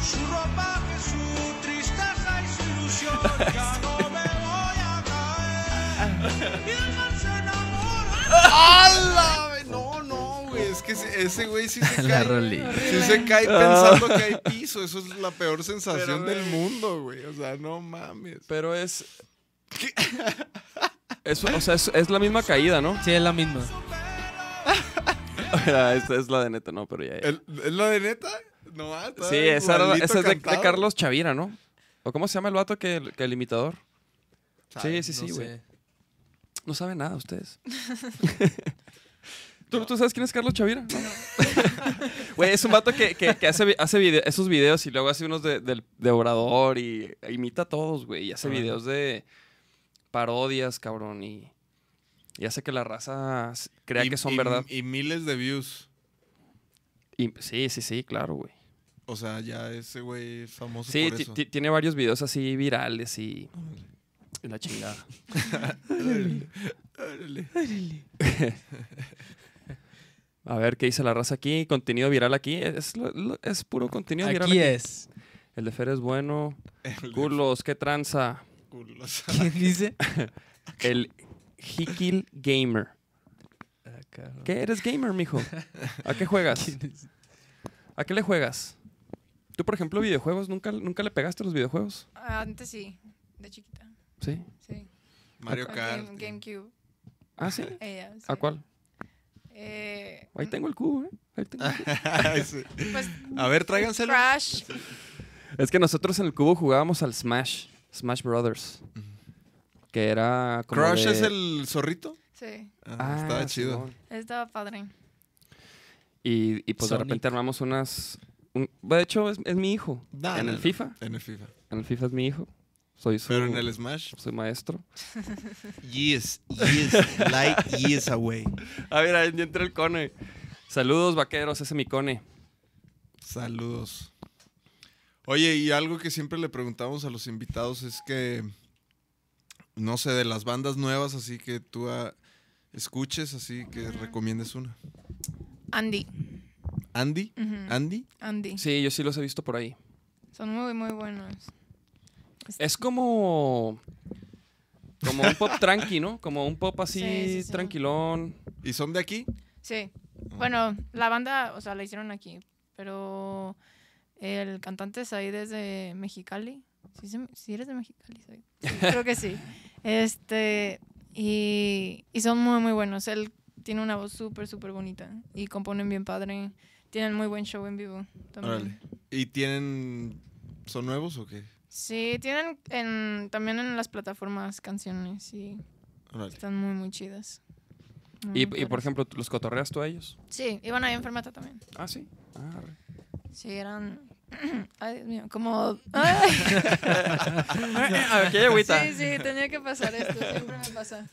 H: Su ropaje, su tristeza y su ilusión. Ya no me voy a caer. Y el mar se enamora.
C: ¡Hala! güey! No, no, güey. Es que ese- ese güey sí se
D: La
C: cae.
D: rolilla.
C: Sí se cae pensando que hay piso. Eso es la peor
B: Pero,
C: sensación del
B: güey.
C: mundo, güey. O sea, no mames.
B: Pero es. Es, o sea, es, es la misma caída, ¿no?
D: Sí, es la misma.
B: Esta es la de neta, no, pero ya. ya.
C: ¿El- ¿Es la de neta? No, ah, está
B: Sí, esa, era la-
C: igualito
B: esa es de, de
C: cantado.
B: Carlos Chavira, ¿no? ¿O cómo se llama el vato que, el- que el imitador?
C: Chale,
B: sí, sí,
D: No
B: sí, güey.
D: sé.
B: No saben nada ustedes. ¿Tú, tú sabes quién es Carlos Chavira? No. Güey, es un vato que, que- que hace, vi- hace vide- esos videos y luego hace unos de, del- de Obrador y e imita a todos, güey. Y hace videos de parodias, cabrón. Y, y hace que la raza s- crea
C: Y-
B: que son
C: y-
B: verdad.
C: Y miles de views.
B: Y- sí, sí, sí, claro, güey.
C: O sea, ya ese güey es famoso
B: Sí,
C: Pues por
B: ti-
C: eso.
B: ti- tiene varios videos así virales y... y la chingada. A ver qué dice la raza aquí. Contenido viral aquí. Es, lo- lo- es puro contenido viral.
D: Aquí es.
B: El de Fer es bueno.
C: El de
B: Culos, qué tranza.
C: culos.
D: ¿Quién dice?
B: El Hikil Gamer. ¿Qué eres gamer, mijo? ¿A Ah, qué juegas? ¿A qué le juegas? Tú, por ejemplo, videojuegos, ¿nunca, nunca le pegaste a los videojuegos?
E: Ah, Antes sí, de chiquita.
B: ¿Sí?
E: Sí.
C: Mario
E: Al
C: Kart.
E: Game- GameCube.
B: ¿Ah, sí?
E: ella, sí.
B: ¿A cuál?
E: Eh,
B: Ahí tengo el cubo, ¿eh? Ahí tengo el cubo.
C: Sí.
E: pues
C: A ver, tráiganselo.
E: Crash.
B: Es que nosotros en el cubo jugábamos al Smash, Smash Brothers. Que era como
C: ¿Crush
B: de-
C: es el zorrito?
E: Sí.
C: Ah,
B: Eh, Ah,
C: estaba chido.
B: Simón.
E: Estaba padre.
B: Y, y, pues de repente
D: Sonic.
B: armamos unas... un- de hecho, es, es mi hijo.
C: No,
B: en
C: Ah, no,
B: el
C: no.
B: FIFA.
C: En el FIFA.
B: En el FIFA es mi hijo. Soy su,
C: Pero en el Smash.
B: soy maestro.
C: Yes, yes, light yes away.
B: A ver, ahí entra el cone. Saludos, vaqueros. Ese es mi cone.
C: Saludos. Oye, y algo que siempre le preguntamos a los invitados es que, no sé, de las bandas nuevas, así que tú ah, escuches, así que recomiendes una.
E: Andy.
C: Andy,
E: Ujú,
C: Andy,
E: Andy.
B: Sí, yo sí los he visto por ahí.
E: Son muy, muy buenos.
B: Es como... Como un pop tranqui, ¿no? Como un pop así
E: Sí, sí, sí.
B: tranquilón.
C: ¿y son de aquí?
E: Sí. Bueno, la banda, o sea, la hicieron aquí, pero el cantante Said es de Mexicali. Si eres de Mexicali, Said. Sí, creo que sí. Este, y, y son muy, muy buenos. Él tiene una voz súper, súper bonita y componen bien padre. Tienen muy buen show en vivo también.
C: Órale. ¿Y tienen, son nuevos o qué?
E: Sí, tienen en, también en las plataformas canciones y
C: Órale.
E: están muy, muy chidas. Muy,
B: Y,
E: muy
B: y, por
E: padres.
B: ejemplo, ¿tú- ¿los cotorreas tú a ellos?
E: Sí, iban ahí en Fermata también.
B: Ah, sí. Arre.
E: Sí, eran. Ay, Dios mío, como. Ay.
B: Ah, Aquí hay eh, agüita.
E: Sí, sí, tenía que pasar esto, siempre me pasa.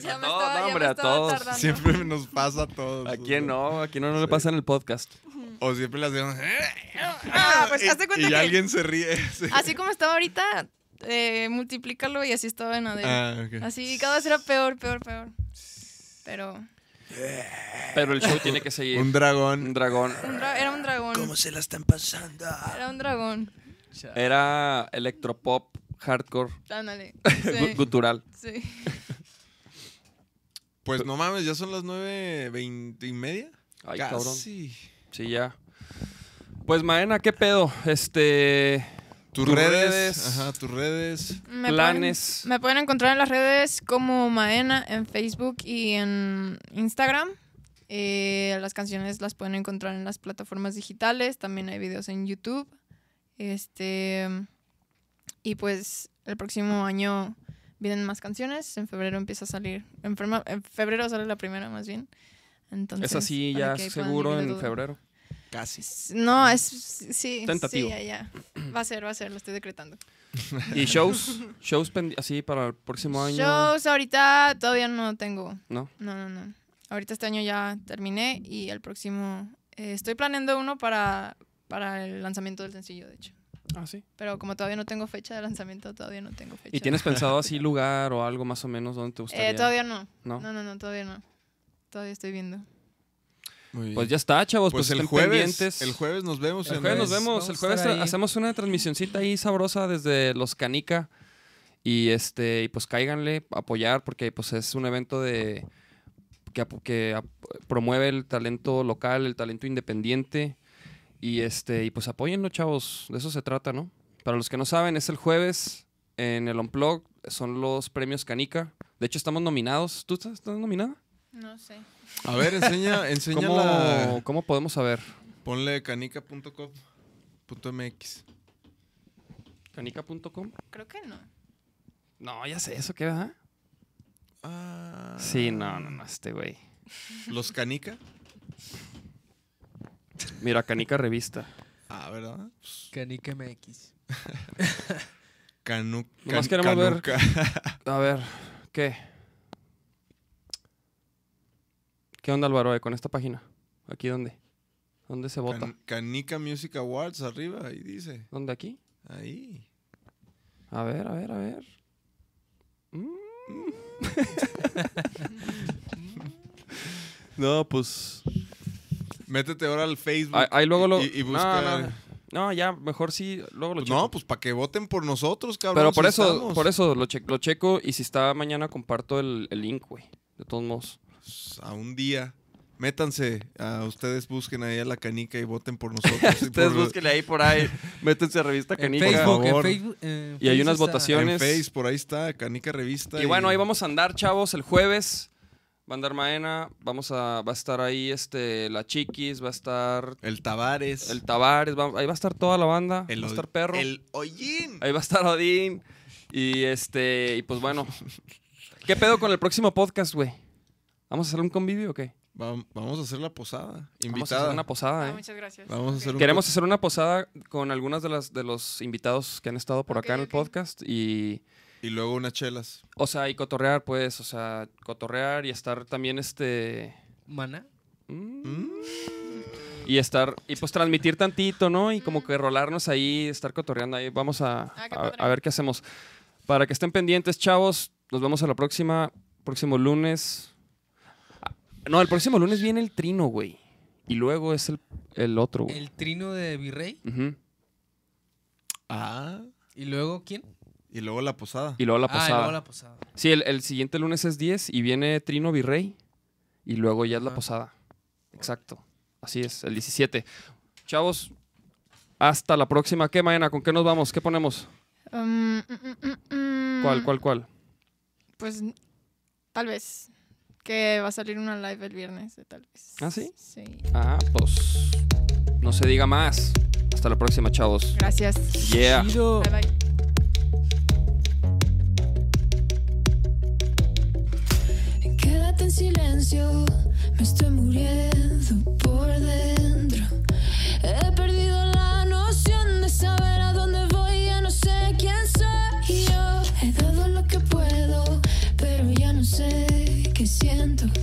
E: Ya me
B: No,
E: estaba,
B: no,
E: ya me
B: hombre, a
E: estaba
B: todos.
E: tardando.
C: Siempre nos pasa a todos.
B: ¿A
C: o
B: quién
C: sea,
B: no? ¿A quién no, no le pasa en el podcast?
C: O siempre las hacemos.
E: Ah, pues
C: y,
E: hazte cuenta
C: y
E: que.
C: alguien se ríe. sí.
E: Así como estaba ahorita, eh, multiplícalo y así estaba en Adel.
C: Ah, ok.
E: Así cada vez era peor, peor, peor. Pero.
B: Pero el show tiene que seguir.
C: Un
B: Un,
C: dragón.
B: dragón.
E: un dra- era un dragón.
H: ¿Cómo se la están pasando?
E: Era un dragón.
B: Era electropop, hardcore,
E: Ándale.
B: gu-
E: Sí.
B: gutural.
E: sí.
C: Pues no mames, ya son las nueve veinte y media.
B: Ay,
C: Casi.
B: cabrón. Sí, ya. Pues, Maena, ¿qué pedo? Este.
C: Tus,
B: Tus
C: redes,
B: redes.
C: Ajá, tus redes.
E: Me
B: Planes.
E: Pueden, me pueden encontrar en las redes como Maena en Facebook y en Instagram. Eh, las canciones las pueden encontrar en las plataformas digitales. También hay videos en YouTube. Este. Y pues el próximo año vienen más canciones. En febrero empieza a salir. En, ferma- en febrero sale la primera, más bien. Entonces,
B: es así,
E: para
B: ya
E: que ahí puedan
B: seguro
E: irle
B: en
E: todo.
B: febrero.
C: Casi.
E: No, es. Sí.
B: Tentativo.
E: Sí, ya, ya. Va a ser, va a ser, lo estoy decretando.
B: ¿Y shows? ¿Shows pendi- así para el próximo año?
E: Shows ahorita todavía no tengo.
B: ¿No?
E: No, no, no. Ahorita este año ya terminé y el próximo eh, estoy planeando uno para, para el lanzamiento del sencillo, de hecho.
B: Ah, sí.
E: Pero como todavía no tengo fecha de lanzamiento, todavía no tengo fecha.
B: ¿Y tienes pensado así lugar o algo más o menos donde te gustaría?
E: Eh, todavía no.
B: ¿No?
E: No, no, no, todavía no. todavía estoy viendo.
C: Muy bien.
B: Pues ya está, chavos. Pues,
C: Pues el
B: estén
C: jueves,
B: pendientes.
C: el jueves nos vemos.
B: El
C: en
B: jueves nos
C: las-
B: vemos.
D: vamos
B: El
D: a
B: jueves
D: estar ahí.
B: hacemos una transmisioncita ahí sabrosa desde Los Canica. Y este, y pues cáiganle, apoyar, porque pues es un evento de que, ap- que ap- promueve el talento local, el talento independiente. Y este, y pues apóyenlo, chavos. De eso se trata, ¿no? Para los que no saben, es el jueves en el Unplug. Son los premios Canica. De hecho, estamos nominados. ¿Tú estás, estás nominada?
E: No sé.
C: A ver, enseña, enseña
B: ¿Cómo,
C: la-
B: ¿Cómo podemos saber?
C: Ponle canica.com.mx.
B: Canica.com.
E: Creo que no.
B: No, ya sé eso, ¿qué verdad?
C: Ah,
B: Sí, no, no, no, este güey.
C: ¿Los canica?
B: Mira, Canica Revista.
C: Ah, ¿verdad?
D: Canica MX.
C: Canu,
B: Nomás
C: can-
B: queremos ver-
C: canuca.
B: A ver, ¿qué? ¿Qué onda, Álvaro, eh, con esta página? ¿Aquí dónde? ¿Dónde se vota?
C: Can- canica Music Awards arriba, ahí dice.
B: ¿Dónde aquí?
C: Ahí.
B: A ver, a ver, a ver. Mm. no, pues.
C: Métete ahora al Facebook.
B: Ahí, ahí luego lo.
C: Mm, Y, y busca.
B: No, no, no, ya, mejor sí, luego lo
C: Pues
B: checo.
C: no, pues para que voten por nosotros, cabrón.
B: Pero por
C: si
B: eso,
C: estamos.
B: por eso lo, che- lo checo y si está mañana comparto el, el link, güey. De todos modos.
C: Pues, A un día. Métanse, a ustedes busquen ahí a la canica y voten por nosotros. y por-
B: ahí por ahí. Métanse a revista
D: En
B: Canica.
D: Facebook, en
C: favor.
D: Facebook. en
B: Y hay unas
D: Facebook está-
B: votaciones.
C: En Face, por ahí está, Canica Revista.
B: Y bueno, ahí vamos a andar, chavos, el jueves. Va a andar Maena, vamos a, va a estar ahí este, la Chiquis, va a estar
C: El Tavares.
B: el Tavares, va- ahí va a estar toda la banda,
C: el
B: va a
C: O-
B: estar Perro,
C: El Ollín.
B: ahí va a estar Odín. Y este, y pues bueno. ¿Qué pedo con el próximo podcast, güey? ¿Vamos a hacer un convivio o qué?
C: Va- vamos a hacer la posada.
B: Vamos a hacer
C: Invitada.
B: una posada,
E: Ah,
B: eh.
E: muchas gracias.
C: Vamos a
E: Ok.
C: hacer un-
B: Queremos hacer una posada con algunas de las de los invitados que han estado por acá
E: Ok,
B: en el
E: ok.
B: podcast y
C: y luego unas chelas.
B: o sea, y cotorrear pues, o sea, cotorrear y estar también este
D: Mana.
B: mm,
C: Mm.
B: y estar y pues transmitir tantito, ¿no? Y como que rolarnos ahí, estar cotorreando ahí. Vamos a
E: Ah, qué
B: a-
E: padre.
B: a ver qué hacemos. Para que estén pendientes, chavos. Nos vemos a la próxima próximo lunes. Ah, No, el próximo lunes viene el trino, güey. Y luego es el, el otro, güey.
D: El trino de Virrey.
B: Ujú.
C: Ah.
D: ¿Y luego quién?
C: Y luego la posada.
B: Y luego la
D: Ah, y
B: posada.
D: luego la posada.
B: Sí, el, el siguiente lunes es 10 y viene Trino Virrey y luego ya es la
D: Ajá.
B: posada. Exacto. Así es, el 17. Chavos, hasta la próxima. ¿Qué, Maena? ¿Con qué nos vamos? ¿Qué ponemos?
E: Um, mm, mm, mm, mm.
B: ¿Cuál, cuál, cuál?
E: Pues tal vez. Que va a salir una live el viernes, eh, tal vez.
B: ¿Ah, sí?
E: Sí.
B: Ah, pues no se diga más. Hasta la próxima, chavos.
E: Gracias.
B: Yeah.
D: Chido.
E: Bye bye.
I: Quédate en silencio, me estoy muriendo por dentro. He perdido la noción de saber a dónde voy, ya no sé quién soy yo. He dado lo que puedo, pero ya no sé qué siento.
F: Oh, Oh,